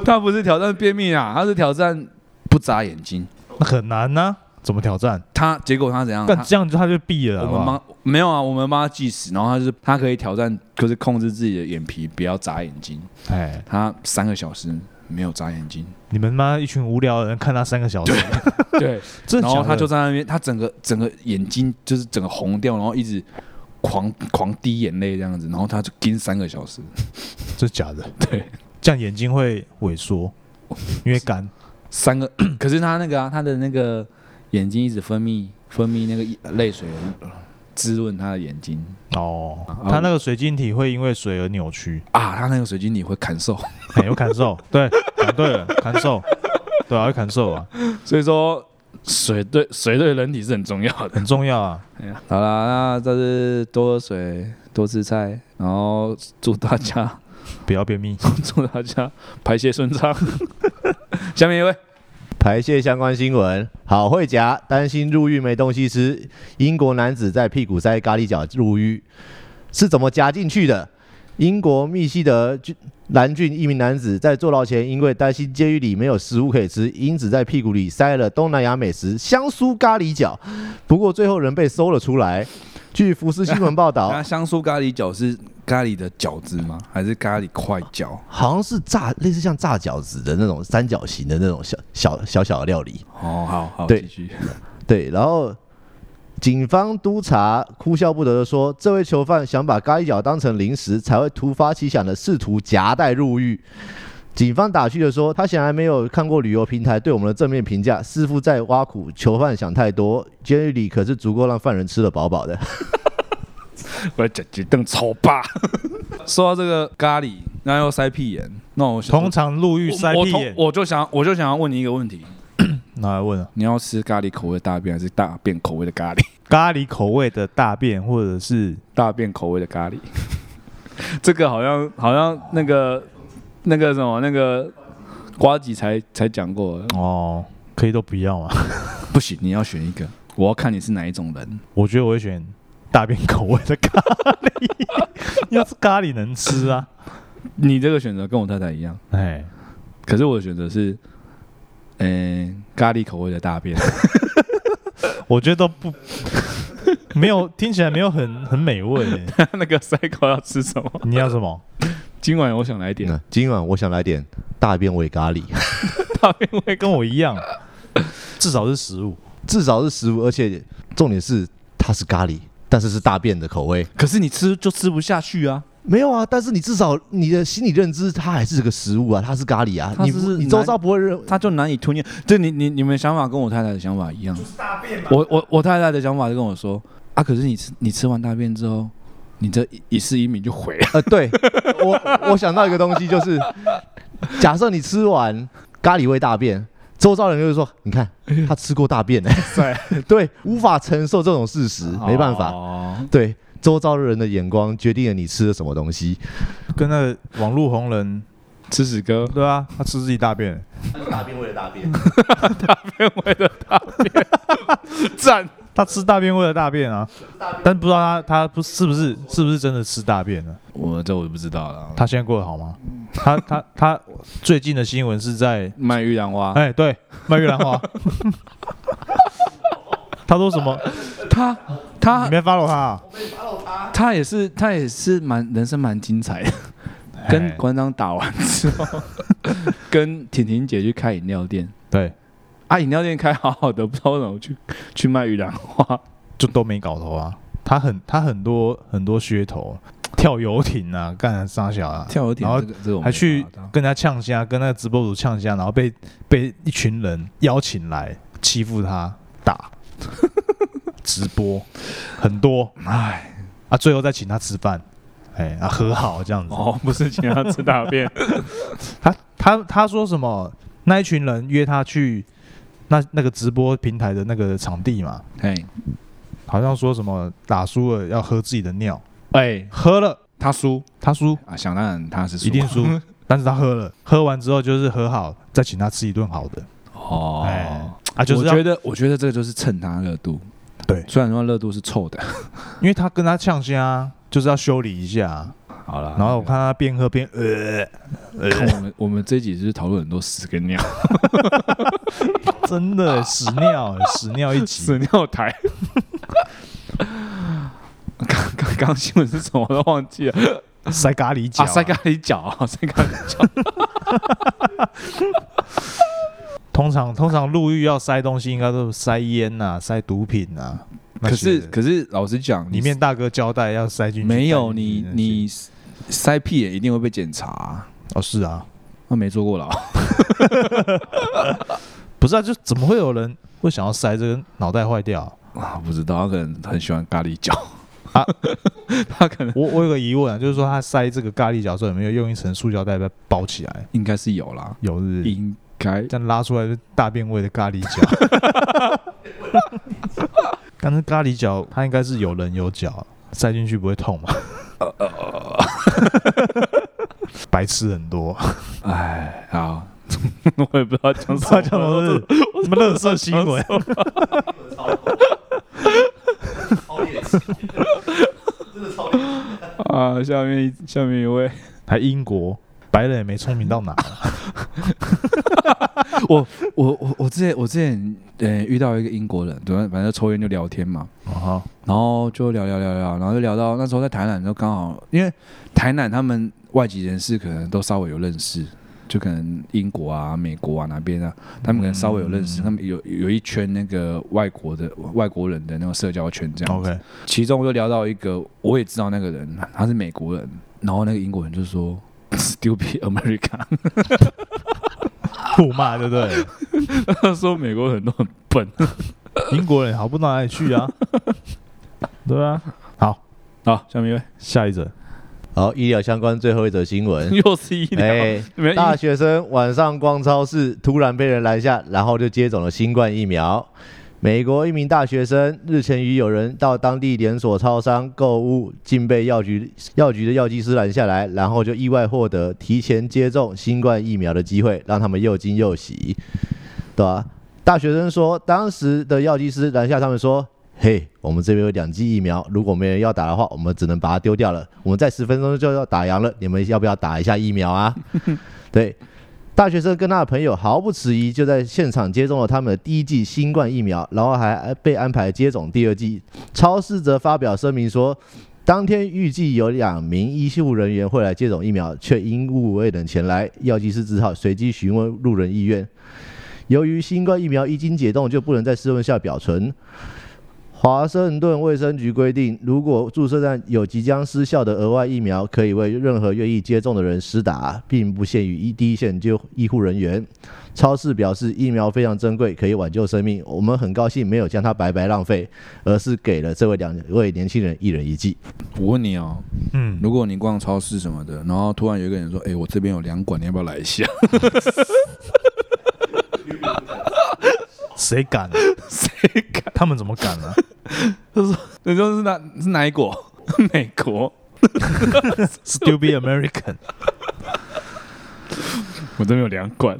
Speaker 1: 他不是挑战便秘啊，他是挑战不眨眼睛。
Speaker 2: 那很难呢。怎么挑战？
Speaker 1: 他结果他怎样？
Speaker 2: 但
Speaker 1: 啊他
Speaker 2: 这样他就闭了，
Speaker 1: 我
Speaker 2: 好不
Speaker 1: 们
Speaker 2: 好？
Speaker 1: 帮没有啊，我们帮他计时，然后他就是他可以挑战，就是控制自己的眼皮不要眨眼睛。
Speaker 2: 哎，
Speaker 1: 他三个小时没有眨眼睛，
Speaker 2: 你们妈一群无聊的人看他三个小时，
Speaker 4: 对，
Speaker 2: 真的
Speaker 1: 然后
Speaker 2: 假
Speaker 1: 他
Speaker 2: 的
Speaker 1: 就在那边，他整个整个眼睛就是整个红掉，然后一直狂狂滴眼泪这样子，然后他就盯三个小时。
Speaker 2: 这假的，
Speaker 1: 对，
Speaker 2: 这样眼睛会 萎缩，因为干
Speaker 1: 三个， 可是他那个啊，他的那个眼睛一直分泌分泌那个泪水，滋润他的眼睛
Speaker 2: 哦
Speaker 1: 啊，
Speaker 2: 他那个水晶体会因为水而扭曲，哎
Speaker 1: 啊，他那个水晶体会砍瘦，
Speaker 2: 很有感受，对，讲对了，感受，对啊，会感受啊，
Speaker 4: 所以说水对水对人体是很重要 的。
Speaker 2: 很重要啊，
Speaker 1: 好啦，那这是多喝水，多吃菜，然后祝大家
Speaker 2: 不要 便秘。
Speaker 4: 祝大家排泄顺 畅。
Speaker 1: 下面一位
Speaker 3: 排泄相关新闻，好会夹，担心入狱没东西吃。英国男子在屁股塞咖喱角入狱，是怎么夹进去的？英国密西德郡蓝郡一名男子在坐牢前，因为担心监狱里没有食物可以吃，因此在屁股里塞了东南亚美食香酥咖喱角，不过最后人被搜了出来。据福斯新闻报道
Speaker 1: 那，香酥咖喱饺是咖喱的饺子吗？还是咖喱块饺？
Speaker 3: 好像是炸类似像炸饺子的那种三角形的那种小小小小的料理。
Speaker 1: 哦，好好，
Speaker 3: 对
Speaker 1: 继续。
Speaker 3: 对，然后警方督察哭笑不得的说，这位囚犯想把咖喱角当成零食，才会突发奇想的试图夹带入狱。警方打趣的说，他显然没有看过旅游平台对我们的正面评价，似乎在挖苦囚犯想太多。监狱里可是足够让犯人吃得饱饱的。
Speaker 4: 我要讲几顿超霸，
Speaker 1: 说到这个咖喱，那又塞屁眼，那我想
Speaker 2: 通常入狱塞
Speaker 1: 我
Speaker 2: 屁
Speaker 1: 同
Speaker 2: 眼，
Speaker 1: 我就想我就想要问你一个问题：
Speaker 2: 拿来问啊，
Speaker 1: 你要吃咖喱口味的大便，还是大便口味的咖喱？
Speaker 2: 咖喱口味的大便或者是
Speaker 1: 大便口味的咖喱。 这个好像好像那个那个什么那个瓜吉才才讲过，
Speaker 2: 哦，可以都不要啊，
Speaker 1: 不行，你要选一个，我要看你是哪一种人。
Speaker 2: 我觉得我会选大便口味的咖喱， 要是咖喱能吃啊，
Speaker 1: 你这个选择跟我太太一样，
Speaker 2: 哎，
Speaker 1: 可是我的选择是，嗯、咖喱口味的大便。
Speaker 2: 我觉得都不 没有听起来没有很很美味耶。
Speaker 4: 那个塞狗要吃什么？
Speaker 2: 你要什么？
Speaker 4: 今晚我想来点
Speaker 3: 那今晚我想来点大便味咖喱，
Speaker 4: 大便味
Speaker 2: 哎跟我一样，至少是食物。
Speaker 3: 至少是食物，而且重点是它是咖喱，但是是大便的口味。
Speaker 1: 可是你吃就吃不下去啊！
Speaker 3: 没有啊，但是你至少你的心理认知，它还是个食物啊，它是咖喱啊，
Speaker 1: 它
Speaker 3: 你
Speaker 1: 是
Speaker 3: 不你
Speaker 1: 南
Speaker 3: 周遭不会认
Speaker 1: 他就难以吞咽。这你你你们想法跟我太太的想法一样，我我我太太的想法就跟我说啊，可是你吃你吃完大便之后，你这一一世英名就毁了。
Speaker 3: 呃， 对我我想到一个东西，就是假设你吃完咖喱味大便，周遭人就会说，你看他吃过大便呢、欸 对，无法承受这种事实，没办法，
Speaker 1: 哦
Speaker 3: 对，周遭的人的眼光决定了你吃了什么东西。
Speaker 2: 跟那个网络红人，
Speaker 4: 吃屎哥，
Speaker 2: 对啊，他吃自己大便，
Speaker 3: 大便为了大便，
Speaker 4: 赞！
Speaker 2: 他吃大便为了大便啊，但不知道他他不是不是是不是真的吃大便呢、
Speaker 1: 我这我就不知道了。
Speaker 2: 他现在过得好吗？他他他最近的新闻是在
Speaker 1: 卖玉兰花，
Speaker 2: 哎、对卖玉兰 花，他说什么？
Speaker 1: 他
Speaker 2: 你
Speaker 1: 他
Speaker 2: 没 follow 他、啊？
Speaker 1: 他也是他也是蛮人生蛮精彩的。跟
Speaker 2: 哎
Speaker 1: 馆长打完之 后，跟婷婷姐去开饮料店，
Speaker 2: 对
Speaker 1: 啊，饮料店开好好的，不知道为什么去去卖玉兰花。
Speaker 2: 就都没搞头啊。他很他很多很多噱头，跳游艇啊，干啥小啊，
Speaker 1: 跳有
Speaker 2: 艇
Speaker 1: 点，
Speaker 2: 然后
Speaker 1: 这个这个我没
Speaker 2: 还去
Speaker 1: 办法当
Speaker 2: 跟他呛虾，跟那个直播主呛虾，然后被被一群人邀请来欺负他打直播，很多
Speaker 1: 哎
Speaker 2: 啊，最后再请他吃饭，哎啊和好这样子。
Speaker 4: 哦，不是请他吃大便，
Speaker 2: 他他他说什么？那一群人约他去那那个直播平台的那个场地嘛，
Speaker 1: 哎
Speaker 2: 好像说什么打输了要喝自己的尿，
Speaker 1: 哎，
Speaker 2: 喝了
Speaker 1: 他输
Speaker 2: 他输
Speaker 1: 啊，想当然他是输
Speaker 2: 一定输， 但是他喝了，喝完之后就是和好，再请他吃一顿好的。哎
Speaker 1: 哦。
Speaker 2: 啊，就是
Speaker 1: 我
Speaker 2: 要
Speaker 1: 觉得，我觉得这个就是蹭他热度。
Speaker 2: 对
Speaker 1: 虽然说热度是臭的，
Speaker 2: 因为他跟他呛虾、就是要修理一下、
Speaker 1: 好了。
Speaker 2: 然后我看他边喝边呃，
Speaker 1: 看我们我们这一集就是讨论很多屎跟尿，
Speaker 2: 真的屎尿屎尿一集
Speaker 4: 屎，尿台。
Speaker 1: 刚刚刚新闻是什么我都忘记了
Speaker 2: 塞咖喱角、
Speaker 1: 啊，塞咖喱角啊，塞咖喱角，
Speaker 2: 通常通常入狱要塞东西，应该都是塞烟呐、塞毒品呐、那
Speaker 1: 可
Speaker 2: 些
Speaker 1: 是
Speaker 2: 的
Speaker 1: 可是老实讲，你
Speaker 2: 里面大哥交代要塞进去，
Speaker 1: 没有
Speaker 2: 塞进
Speaker 1: 你
Speaker 2: 去那些
Speaker 1: 你塞屁也一定会被检查啊，
Speaker 2: 哦是啊，
Speaker 1: 那没坐过牢，
Speaker 2: 不是啊，就怎么会有人会想要塞这个脑袋坏掉 啊、
Speaker 1: 啊，不知道他可能很喜欢咖喱角
Speaker 2: 啊，
Speaker 1: 他可能
Speaker 2: 我我有个疑问啊，就是说他塞这个咖喱角之后有没有用一层塑胶袋把它包起来？
Speaker 1: 应该是有啦，
Speaker 2: 有是不是？
Speaker 1: 应该
Speaker 2: 这样拉出来就大便味的咖喱角。 但是咖喱角它应该是有棱有角，啊塞进去不会痛嘛？
Speaker 1: 呃
Speaker 2: 白痴很多，
Speaker 1: 哎 好，
Speaker 4: 我也不知道讲什
Speaker 2: 他
Speaker 4: 么，
Speaker 2: 讲的是什么乐色新闻？
Speaker 4: 啊。下面一下面一位，
Speaker 2: 还英国白人也没聪明到哪，
Speaker 1: 我我我我之前我之前呃遇到一个英国人，反正反正抽烟就聊天嘛，
Speaker 2: 哦
Speaker 1: 然后就聊聊聊聊，然后就聊到那时候在台南，就刚好因为台南他们外籍人士可能都稍微有认识，就可能英国啊、美国啊哪边啊，他们可能稍微有认识，
Speaker 2: 嗯
Speaker 1: 他们有有一圈那个外国的外国人的那种社交圈这样子。
Speaker 2: ，OK，
Speaker 1: 其中我就聊到一个，我也知道那个人，他是美国人，然后那个英国人就说 “stupid America”，
Speaker 2: 互骂对不对？
Speaker 1: 他说美国人都很笨。
Speaker 2: 英国人好不到哪里去啊？ 对啊，好，
Speaker 1: 好，下面一位
Speaker 2: 下一则，
Speaker 3: 好，医疗相关最后一则新 闻。
Speaker 4: 又是一两，
Speaker 3: 哎，
Speaker 4: 你们
Speaker 3: 大
Speaker 4: 一
Speaker 3: 学生晚上逛超市，突然被人拦下，然后就接种了新冠疫苗。美国一名大学生日前与友人到当地连锁超商购物，竟被药局药局的药剂师拦下来，然后就意外获得提前接种新冠疫苗的机会，让他们又惊又喜，对吧、大学生说，当时的药剂师拦下他们说：“嘿，我们这边有两剂疫苗，如果没人要打的话，我们只能把它丢掉了。我们在十分钟就要打烊了，你们要不要打一下疫苗啊？”对，大学生跟他的朋友毫不迟疑就在现场接种了他们的第一剂新冠疫苗，然后还被安排接种第二剂。超市则发表声明说。当天预计有两名医护人员会来接种疫苗，却因误未能前来，药剂师只好随机询问路人意愿。由于新冠疫苗一经解冻，就不能在室温下保存。华盛顿卫生局规定，如果注射站有即将失效的额外疫苗，可以为任何愿意接种的人施打，并不限于一第一线就医护人员。超市表示，疫苗非常珍贵，可以挽救生命。我们很高兴没有将它白白浪费，而是给了这位两位年轻人一人一剂。
Speaker 1: 我问你哦，
Speaker 2: 嗯，
Speaker 1: 如果你逛超市什么的，然后突然有一个人说：“哎、我这边有两管，你要不要来一下
Speaker 2: 谁敢？啊谁敢？ 他们怎么 敢呢、啊？？”
Speaker 1: 你说是哪是哪一国？
Speaker 4: 美国，
Speaker 2: Stupid American，
Speaker 4: 我这边有两管，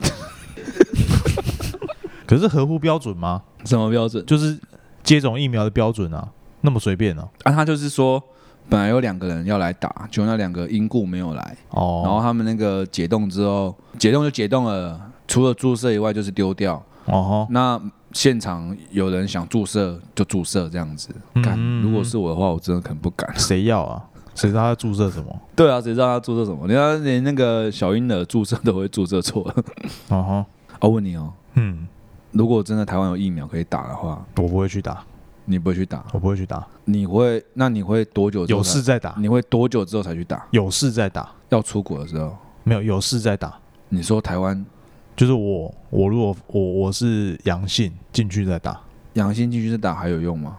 Speaker 2: 可是合乎标准吗？
Speaker 1: 什么标准？
Speaker 2: 就是接种疫苗的标准啊，那么随便啊？
Speaker 1: 啊，他就是说本来有两个人要来打，就那两个因故没有来，然
Speaker 2: 哦，
Speaker 1: 后他们那个解冻之后，解冻就解冻了，除了注射以外就是丢掉。
Speaker 2: 哦吼，
Speaker 1: 那现场有人想注射就注射这样子，干、
Speaker 2: 嗯
Speaker 1: 如果是我的话，我真的可能不敢。
Speaker 2: 谁要啊？谁知道他注射什么？
Speaker 1: 对啊，谁知道他注射什么？人家连那个小婴儿注射都会注射错了。
Speaker 2: 哦吼，
Speaker 1: 我、问你哦，
Speaker 2: 嗯，
Speaker 1: 如果真的台湾有疫苗可以打的话，
Speaker 2: 我不会去打，
Speaker 1: 你不会去打？
Speaker 2: 我不会去打，
Speaker 1: 你会？那你会多久之后
Speaker 2: 有
Speaker 1: 才
Speaker 2: 事？再打，
Speaker 1: 你会多久之后才去打？
Speaker 2: 有事再打，
Speaker 1: 要出国的时候，
Speaker 2: 没有有事再打。
Speaker 1: 你说台湾
Speaker 2: 就是我，我如果我我是阳性进去再打，
Speaker 1: 阳性进去再打还有用吗？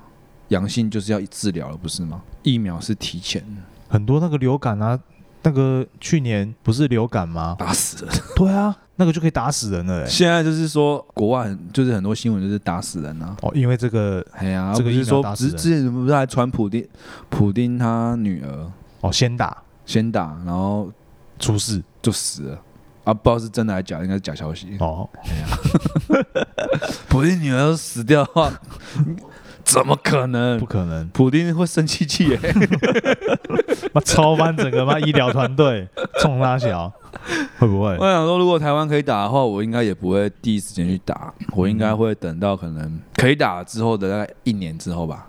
Speaker 1: 阳性就是要治疗了，不是吗？疫苗是提前
Speaker 2: 很多那个流感啊，那个去年不是流感吗？
Speaker 1: 打死人。
Speaker 2: 对啊，那个就可以打死人了、欸。
Speaker 1: 现在就是说，国外很就是很多新闻就是打死人啊。
Speaker 2: 哦，因为这个
Speaker 1: 哎呀，
Speaker 2: 这个
Speaker 1: 不是
Speaker 2: 疫苗
Speaker 1: 说
Speaker 2: 打死
Speaker 1: 之
Speaker 2: 人
Speaker 1: 之前不是还传普丁，普丁他女儿
Speaker 2: 哦先打
Speaker 1: 先打，然后
Speaker 2: 出事
Speaker 1: 就死了啊，不知道是真的还是假的，应该是假消 息。
Speaker 2: 哦，
Speaker 1: 哎普丁女儿死掉的话， 怎么可能
Speaker 2: 不？可能，
Speaker 1: 普丁会生气气 耶！
Speaker 2: 妈超翻整个妈医疗团队，冲拉小，会不会
Speaker 1: 我？想说，如果台湾可以打的话，我应该也不会第一时间去打，
Speaker 2: 嗯
Speaker 1: 我应该会等到可能可以打之后的大概一年之后吧，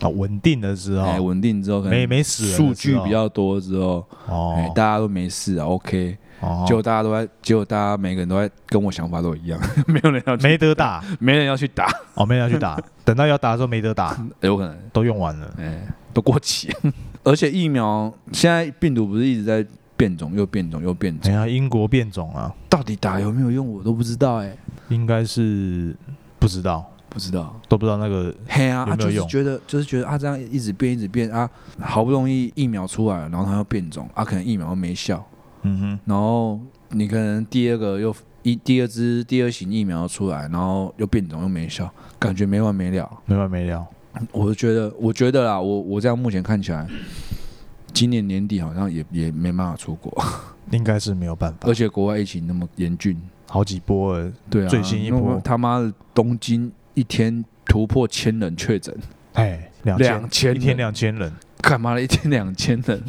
Speaker 2: 啊，稳定的时
Speaker 1: 哎、
Speaker 2: 候
Speaker 1: 稳定之后可能
Speaker 2: 没没死人的时候
Speaker 1: 数据比 较多之后，哎、
Speaker 2: 哦
Speaker 1: 大家都没事啊，OK，
Speaker 2: 哦，
Speaker 1: 结果大家都在，结果大家每个人都在跟我想法都一样，没有人要去，
Speaker 2: 哦没得打
Speaker 1: 没人要去打，
Speaker 2: 哦，没人要去打，等到要打的时候没得 打，
Speaker 1: 有可能，
Speaker 2: 都用完了。
Speaker 1: 哎、都过期，而且疫苗现在病毒不是一直在变种又变种又变
Speaker 2: 哎
Speaker 1: 种，
Speaker 2: 呀，英国变种啊，
Speaker 1: 到底打有没有用我都不知道、哎，
Speaker 2: 应该是不知道，
Speaker 1: 不知道。
Speaker 2: 都不知道那个
Speaker 1: 嘿啊，
Speaker 2: 有
Speaker 1: 啊
Speaker 2: 没有
Speaker 1: 就是
Speaker 2: 用
Speaker 1: 觉得就是觉得啊，这样一直变一直变啊，好不容易疫苗出来了，然后它又变种啊，可能疫苗又没效，
Speaker 2: 嗯
Speaker 1: 然后你可能第二个又一第二支第二型疫苗出来，然后又变种又没效，感觉没完没了
Speaker 2: 哼。，没完没了。
Speaker 1: 我就觉得我觉得啦，我我这样目前看起来，今年年底好像也也没办法出国，
Speaker 2: 啊应该是没有办法
Speaker 1: 而，且国外疫情那么严峻，
Speaker 2: 好几波了，
Speaker 1: 对啊，
Speaker 2: 最新一
Speaker 1: 那
Speaker 2: 波
Speaker 1: 么他妈的东京一天突破千人确诊，
Speaker 2: 哎，两
Speaker 1: 两
Speaker 2: 千
Speaker 1: 千
Speaker 2: 一天
Speaker 1: 人
Speaker 2: 两千人，
Speaker 1: 干嘛了？一天两千人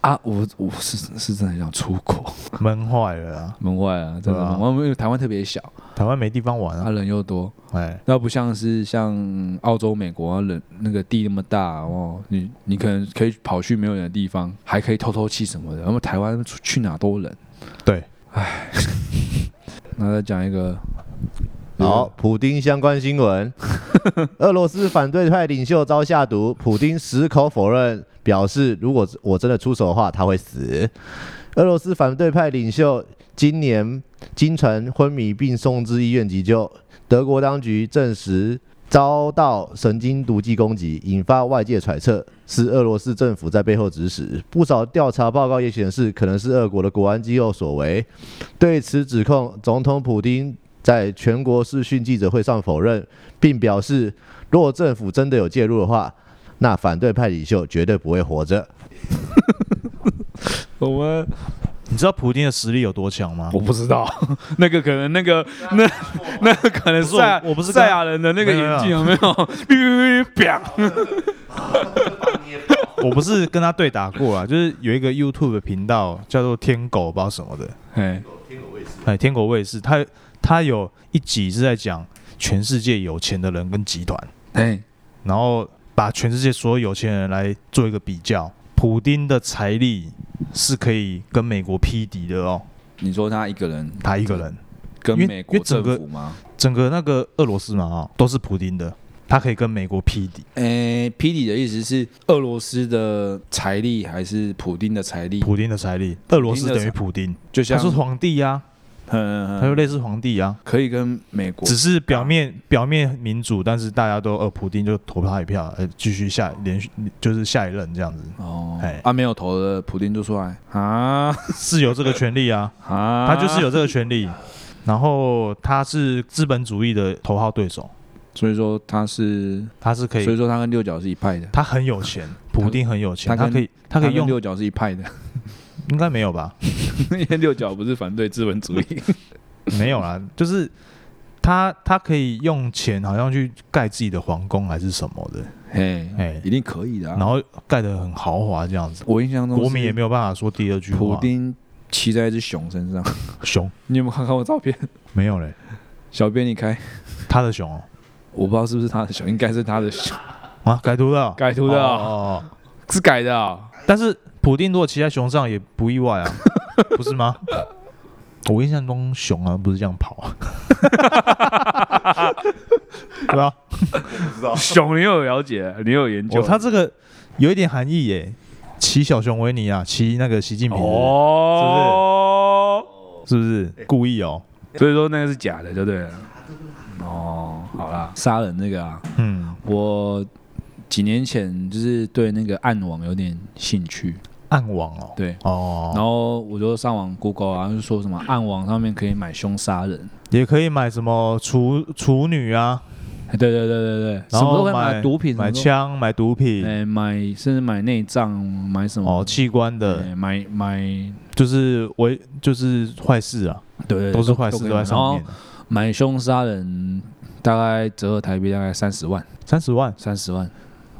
Speaker 1: 啊！我我是是真的很想出国，
Speaker 2: 闷坏了啊！
Speaker 1: 门外啊，真
Speaker 2: 对
Speaker 1: 的
Speaker 2: 啊
Speaker 1: 门外，因为台湾特别小，
Speaker 2: 台湾没地方玩
Speaker 1: 啊
Speaker 2: 啊，
Speaker 1: 人又多，
Speaker 2: 哎，
Speaker 1: 那不像是像澳洲、美国啊人那个地那么大哦，你你可能可以跑去没有人的地方，还可以透透气什么的。那么台湾出去哪都有人，
Speaker 2: 对，
Speaker 1: 唉， 那再讲一个，
Speaker 3: 好，普丁相关新闻：俄罗斯反对派领袖遭下毒，普丁矢口否认，表示如果我真的出手的话，他会死。俄罗斯反对派领袖今年经传昏迷并送至医院急救，德国当局证实遭到神经毒剂攻击，引发外界揣测是俄罗斯政府在背后指使。不少调查报告也显示，可能是俄国的国安机构所为。对此指控，总统普京在全国视讯记者会上否认，并表示，若政府真的有介入的话，那反对派领袖绝对不会活着。
Speaker 4: 我们
Speaker 2: 你知道普丁的实力有多强吗？
Speaker 4: 我不 知道，那个可能那个那那个可能
Speaker 2: 不是
Speaker 4: 是
Speaker 2: 我
Speaker 4: 赛
Speaker 2: 我不是
Speaker 4: 赛
Speaker 2: 刚
Speaker 4: 亚人的那个
Speaker 2: 没有
Speaker 4: 眼镜 有没有？哔哔哔哔，
Speaker 2: 我不是跟他对打过啊， 就是有一个 YouTube 的频道叫做天狗，不知道什么的，
Speaker 1: 哎，
Speaker 2: 哎，天狗卫视，他他有一集是在讲全世界有钱的人跟集团，
Speaker 1: 哎，
Speaker 2: 然后把全世界所有有钱人来做一个比较，普丁的财力是可以跟美国匹敌的哦，
Speaker 1: 你说他一个人
Speaker 2: 他一个人。
Speaker 1: 跟
Speaker 2: 因为
Speaker 1: 美
Speaker 2: 因
Speaker 1: 国
Speaker 2: 为整
Speaker 1: 政
Speaker 2: 个
Speaker 1: 府吗？
Speaker 2: 整个那个俄罗斯嘛，哦，都是普丁的，他可以跟美国匹敌。
Speaker 1: 诶、皮哎里的意思是俄罗斯的财力还是普丁的财力？
Speaker 2: 普丁的财力，俄罗斯等于普丁，
Speaker 1: 就
Speaker 2: 他
Speaker 1: 像
Speaker 2: 是皇帝呀、
Speaker 1: 嗯，
Speaker 2: 他就
Speaker 1: 嗯嗯
Speaker 2: 类似皇帝啊，
Speaker 1: 可以跟美国
Speaker 2: 只是表面表面民主，但是大家都呃，普丁就投他一票，呃，继续下连续就是下一任这样子，
Speaker 1: 哦
Speaker 2: 哎，
Speaker 1: 啊没有投的普丁就出来啊
Speaker 2: 是有这个权利啊，
Speaker 1: 啊，
Speaker 2: 他就是有这个权利。然后他是资本主义的头号对手，
Speaker 1: 所以说他是，
Speaker 2: 他是可
Speaker 1: 所
Speaker 2: 以，
Speaker 1: 以说他跟六角是一派的，
Speaker 2: 他很有钱，普丁很有钱，
Speaker 1: 他
Speaker 2: 他
Speaker 1: 跟
Speaker 2: 可以他可以
Speaker 1: 跟
Speaker 2: 用，
Speaker 1: 六角是一派的，
Speaker 2: 应该没有吧？
Speaker 1: 因为六角不是反对资本主义，
Speaker 2: 没有啦，就是他他可以用钱好像去盖自己的皇宫还是什么的，
Speaker 1: 嘿，
Speaker 2: 哎
Speaker 1: 一定可以的啊。
Speaker 2: 然后盖得很豪华这样子，
Speaker 1: 我印象中
Speaker 2: 国民也
Speaker 1: 有
Speaker 2: 没有啊办法说第二句
Speaker 1: 普
Speaker 2: 话。
Speaker 1: 丁骑在一只熊身上，
Speaker 2: 熊
Speaker 1: 你有没有看看我照片？
Speaker 2: 没有嘞，
Speaker 1: 小编你开，
Speaker 2: 他的熊哦
Speaker 1: 我不知道是不是他的熊，应该是 他的熊，
Speaker 2: 啊，改图了，
Speaker 1: 改图的
Speaker 2: 哦
Speaker 1: 啊，
Speaker 2: 哦哦
Speaker 1: 是改的啊。
Speaker 2: 但是普丁如果骑在熊上也不意 外啊，不是吗？我印象中熊啊不是这样跑 啊，对吧？
Speaker 4: 熊你有了解，你有研究
Speaker 2: 哦，他这个有一点含义耶，骑小熊维尼啊，骑那个习近平的
Speaker 1: 哦
Speaker 4: 哦，
Speaker 2: 是不是故意哦？
Speaker 4: 所以说那个是假的，就对了。
Speaker 1: 哦，好啦，杀人那个啊，
Speaker 2: 嗯，
Speaker 1: 我几年前就是对那个暗网有点兴趣，
Speaker 2: 暗网哦，
Speaker 1: 对，嗯然
Speaker 2: 哦，
Speaker 1: 后我就上网 Google 啊，就说什么暗网上面可以买凶杀人，
Speaker 2: 也可以买什么处处女啊，
Speaker 1: 哎对对对对对，
Speaker 2: 然
Speaker 1: 什么都
Speaker 2: 后
Speaker 1: 可以买毒品，
Speaker 2: 买
Speaker 1: 什么
Speaker 2: 枪、买毒
Speaker 1: 都，
Speaker 2: 品，
Speaker 1: 哎，买甚至买内脏，买什么
Speaker 2: 哦，器官的，
Speaker 1: 哎买买，
Speaker 2: 就是为就是坏事啊，
Speaker 1: 对对，对
Speaker 2: 都是坏事
Speaker 1: 可以
Speaker 2: 都在
Speaker 1: 买
Speaker 2: 上面
Speaker 1: 然后。买凶杀人大概折合台币大概三十万，
Speaker 2: 三十万，
Speaker 1: 三十万，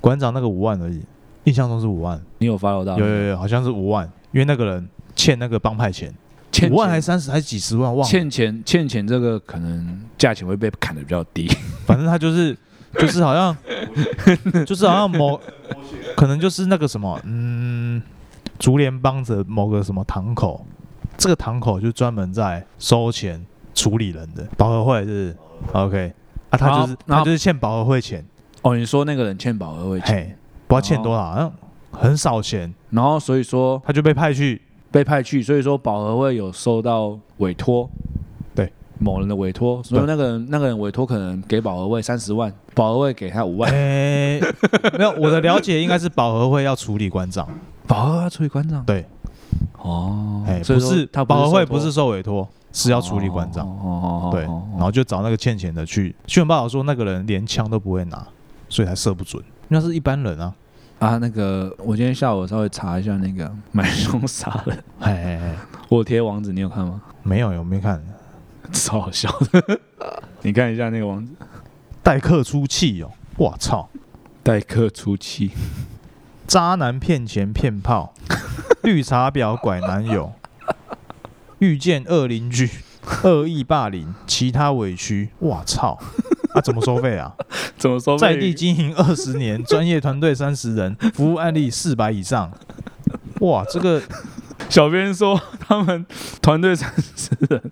Speaker 2: 馆长那个五万而已，印象中是五万，
Speaker 1: 你有 follow 到？
Speaker 2: 有有有，好像是五万，因为那个人欠那个帮派钱，
Speaker 1: 欠
Speaker 2: 五万还
Speaker 1: 钱
Speaker 2: 是三十还是几十万，忘了，
Speaker 1: 欠钱欠钱这个可能价钱会被砍的比较低，
Speaker 2: 反正他 就是就是好像就是好像某可能就是那个什么，嗯，竹联帮着某个什么堂口，这个堂口就专门在收钱处理人的保和会是不是 OK 啊，他就是
Speaker 1: 然后然
Speaker 2: 他
Speaker 1: 后
Speaker 2: 就是欠保和会钱，
Speaker 1: 哦，你说那个人欠保额会欠，
Speaker 2: 嘿，不知道欠多少，好像很少钱，
Speaker 1: 然后所以说
Speaker 2: 他就被派去
Speaker 1: 被派去，所以说保和会有收到委托，
Speaker 2: 对
Speaker 1: 某人的委托，所以
Speaker 2: 对
Speaker 1: 那个人那个人委托可能给保和会三十万，保和会给他五万，
Speaker 2: 哎、没有，我的了解应该是保和会要处理馆长，
Speaker 1: 保
Speaker 2: 啊
Speaker 1: 和会要处理馆长，
Speaker 2: 对，
Speaker 1: 哦，
Speaker 2: 哎、
Speaker 1: 所以
Speaker 2: 不
Speaker 1: 说
Speaker 2: 是
Speaker 1: 他
Speaker 2: 保和会
Speaker 1: 受托
Speaker 2: 不是受委托，是要处理馆长，
Speaker 1: 哦哦哦哦
Speaker 2: 对，
Speaker 1: 哦哦
Speaker 2: 然后就找那个欠钱的去。新闻报道说那个人连枪都不会拿，所以才射不准，因为他是一般人啊，
Speaker 1: 啊，那个我今天下午稍微查一下那个买凶杀 人，
Speaker 2: 哎哎哎，
Speaker 1: 我有贴网址你有看吗？
Speaker 2: 没有有没有看
Speaker 1: 超好笑的， 你看一下那个网址，
Speaker 2: 代客出气哦，我操，
Speaker 1: 代客出气，
Speaker 2: 渣男骗钱骗炮，绿茶婊拐男友，遇见恶邻居，恶意霸凌，其他委屈，我操，啊怎么收费啊？
Speaker 4: 怎么说？
Speaker 2: 在地经营二十年，专业团队三十人，服务案例四百以上。哇，这个
Speaker 4: 小编说 他们团队三十人，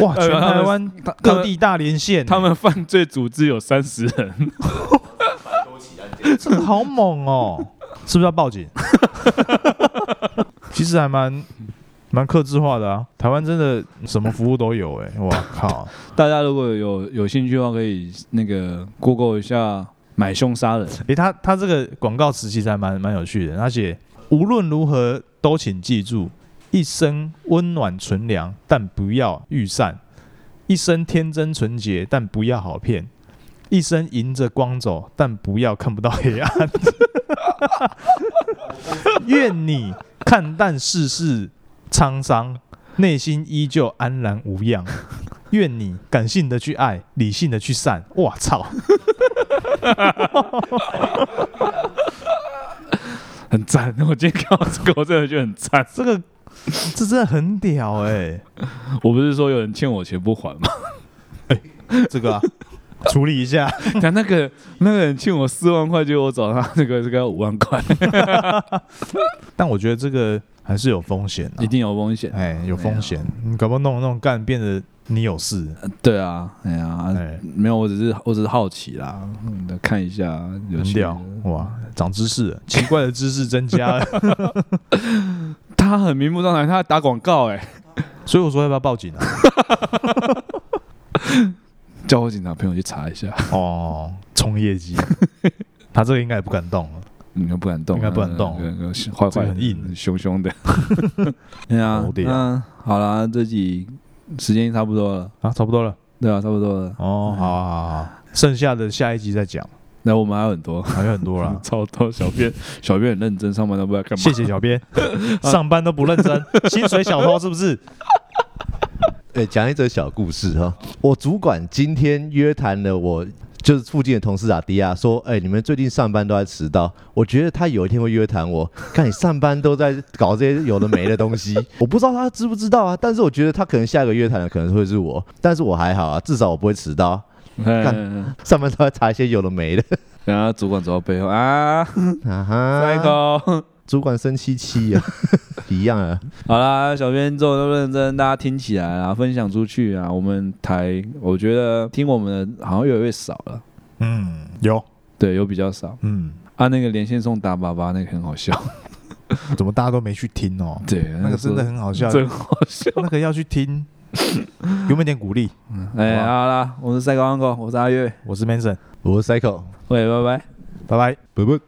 Speaker 2: 哇，
Speaker 4: 哎
Speaker 2: 全
Speaker 4: 呦他们
Speaker 2: 台湾各地大连线，
Speaker 4: 他们犯罪组织有三十人，
Speaker 2: 这个好猛哦，是不是要报警？其实还蛮蛮克制化的啊，台湾真的什么服务都有哎、我靠，
Speaker 1: 大家如果有有兴趣的话，可以那个 Google 一下买凶杀人。
Speaker 2: 诶、他他这个广告词其实还蛮蛮有趣的，而且无论如何都请记住，一生温暖纯良，但不要欲善；一生天真纯洁，但不要好骗；一生迎着光走，但不要看不到黑暗。 愿你看淡世事沧桑，内心依旧安然无恙。愿你感性的去爱，理性的去善。哇操！
Speaker 4: 很赞。我今天看到这个，我真的觉得很赞。
Speaker 2: 这个 这真的很屌哎、
Speaker 4: 我不是说有人欠我钱不还吗？
Speaker 2: 这个、啊、处理一下，
Speaker 4: 但那个那个人欠我四万块，结果我找他这个这个要五万块，
Speaker 2: 但我觉得这个还是有风险 的、
Speaker 1: 一定有风险。
Speaker 2: 哎、有风险，你搞不好弄弄干变得你有事，
Speaker 1: 对啊，哎呀、
Speaker 2: 哎、
Speaker 1: 没有，我只是我只是好奇啦，嗯看一下有
Speaker 2: 很
Speaker 1: 些
Speaker 2: 屌哇，长知识了，奇怪的知识增加 了，
Speaker 4: 他很明目张胆，他还打广告哎、。
Speaker 2: 所以我说要不要报警 啊？
Speaker 1: 叫我警察朋友去查一 下，
Speaker 2: 哦，冲业绩，他这个应该也不敢动了，
Speaker 1: 应该不敢动啊，
Speaker 2: 应该不敢动
Speaker 1: 那个那个坏
Speaker 2: 这
Speaker 1: 坏
Speaker 2: 个很硬
Speaker 1: 凶凶的。对啊
Speaker 2: 好，屌
Speaker 1: 那好啦，这集时间差不多了，
Speaker 2: 啊，差不多了，
Speaker 1: 对啊，差不多了。
Speaker 2: 哦，好好好好，剩下的下一集再讲，
Speaker 1: 那我们还有很多，
Speaker 2: 还有很 多啦
Speaker 4: 超多小 编
Speaker 1: 小编很认真，上班都不知道干嘛。
Speaker 2: 谢谢小编，上班都不认真，薪水小偷是不是？
Speaker 3: 诶，讲一则小故事哈。我主管今天约谈了我，就是附近的同事啊，迪亚说，哎、你们最近上班都在迟到，我觉得他有一天会约谈我。看你上班都在搞这些有的没的东 西，我不知道他知不知道啊，但是我觉得他可能下一个约谈的可能会是我，但是我还好啊，至少我不会迟到。啊
Speaker 4: 嗯
Speaker 3: 上班都在查一些有的没 的
Speaker 4: 然后主管走到背后啊，
Speaker 3: 啊哈
Speaker 4: 塞，口。
Speaker 3: 主管生气气啊， 一样啊。
Speaker 4: 好啦，小编做的都认真，大家听起来啊，分享出去啊。我们台我觉得听我们的好像越来越少了，
Speaker 2: 嗯，有，
Speaker 4: 对，有比较少
Speaker 2: 嗯，
Speaker 4: 啊。那个连线送打粑粑那个很好笑，
Speaker 2: 怎么大家都没去听哦？
Speaker 4: 对，
Speaker 2: 那个真的
Speaker 4: 时
Speaker 2: 很好笑
Speaker 4: 候，真好笑。
Speaker 2: 那个要去听， 有没有点鼓励？
Speaker 4: 哎，
Speaker 2: 好吧啊
Speaker 4: 好啦，我是赛高 uncle，我是阿月，
Speaker 2: 我是 Mason，
Speaker 3: 我是 Cycle，
Speaker 4: 喂，拜拜。
Speaker 2: 拜拜。
Speaker 3: 拜拜。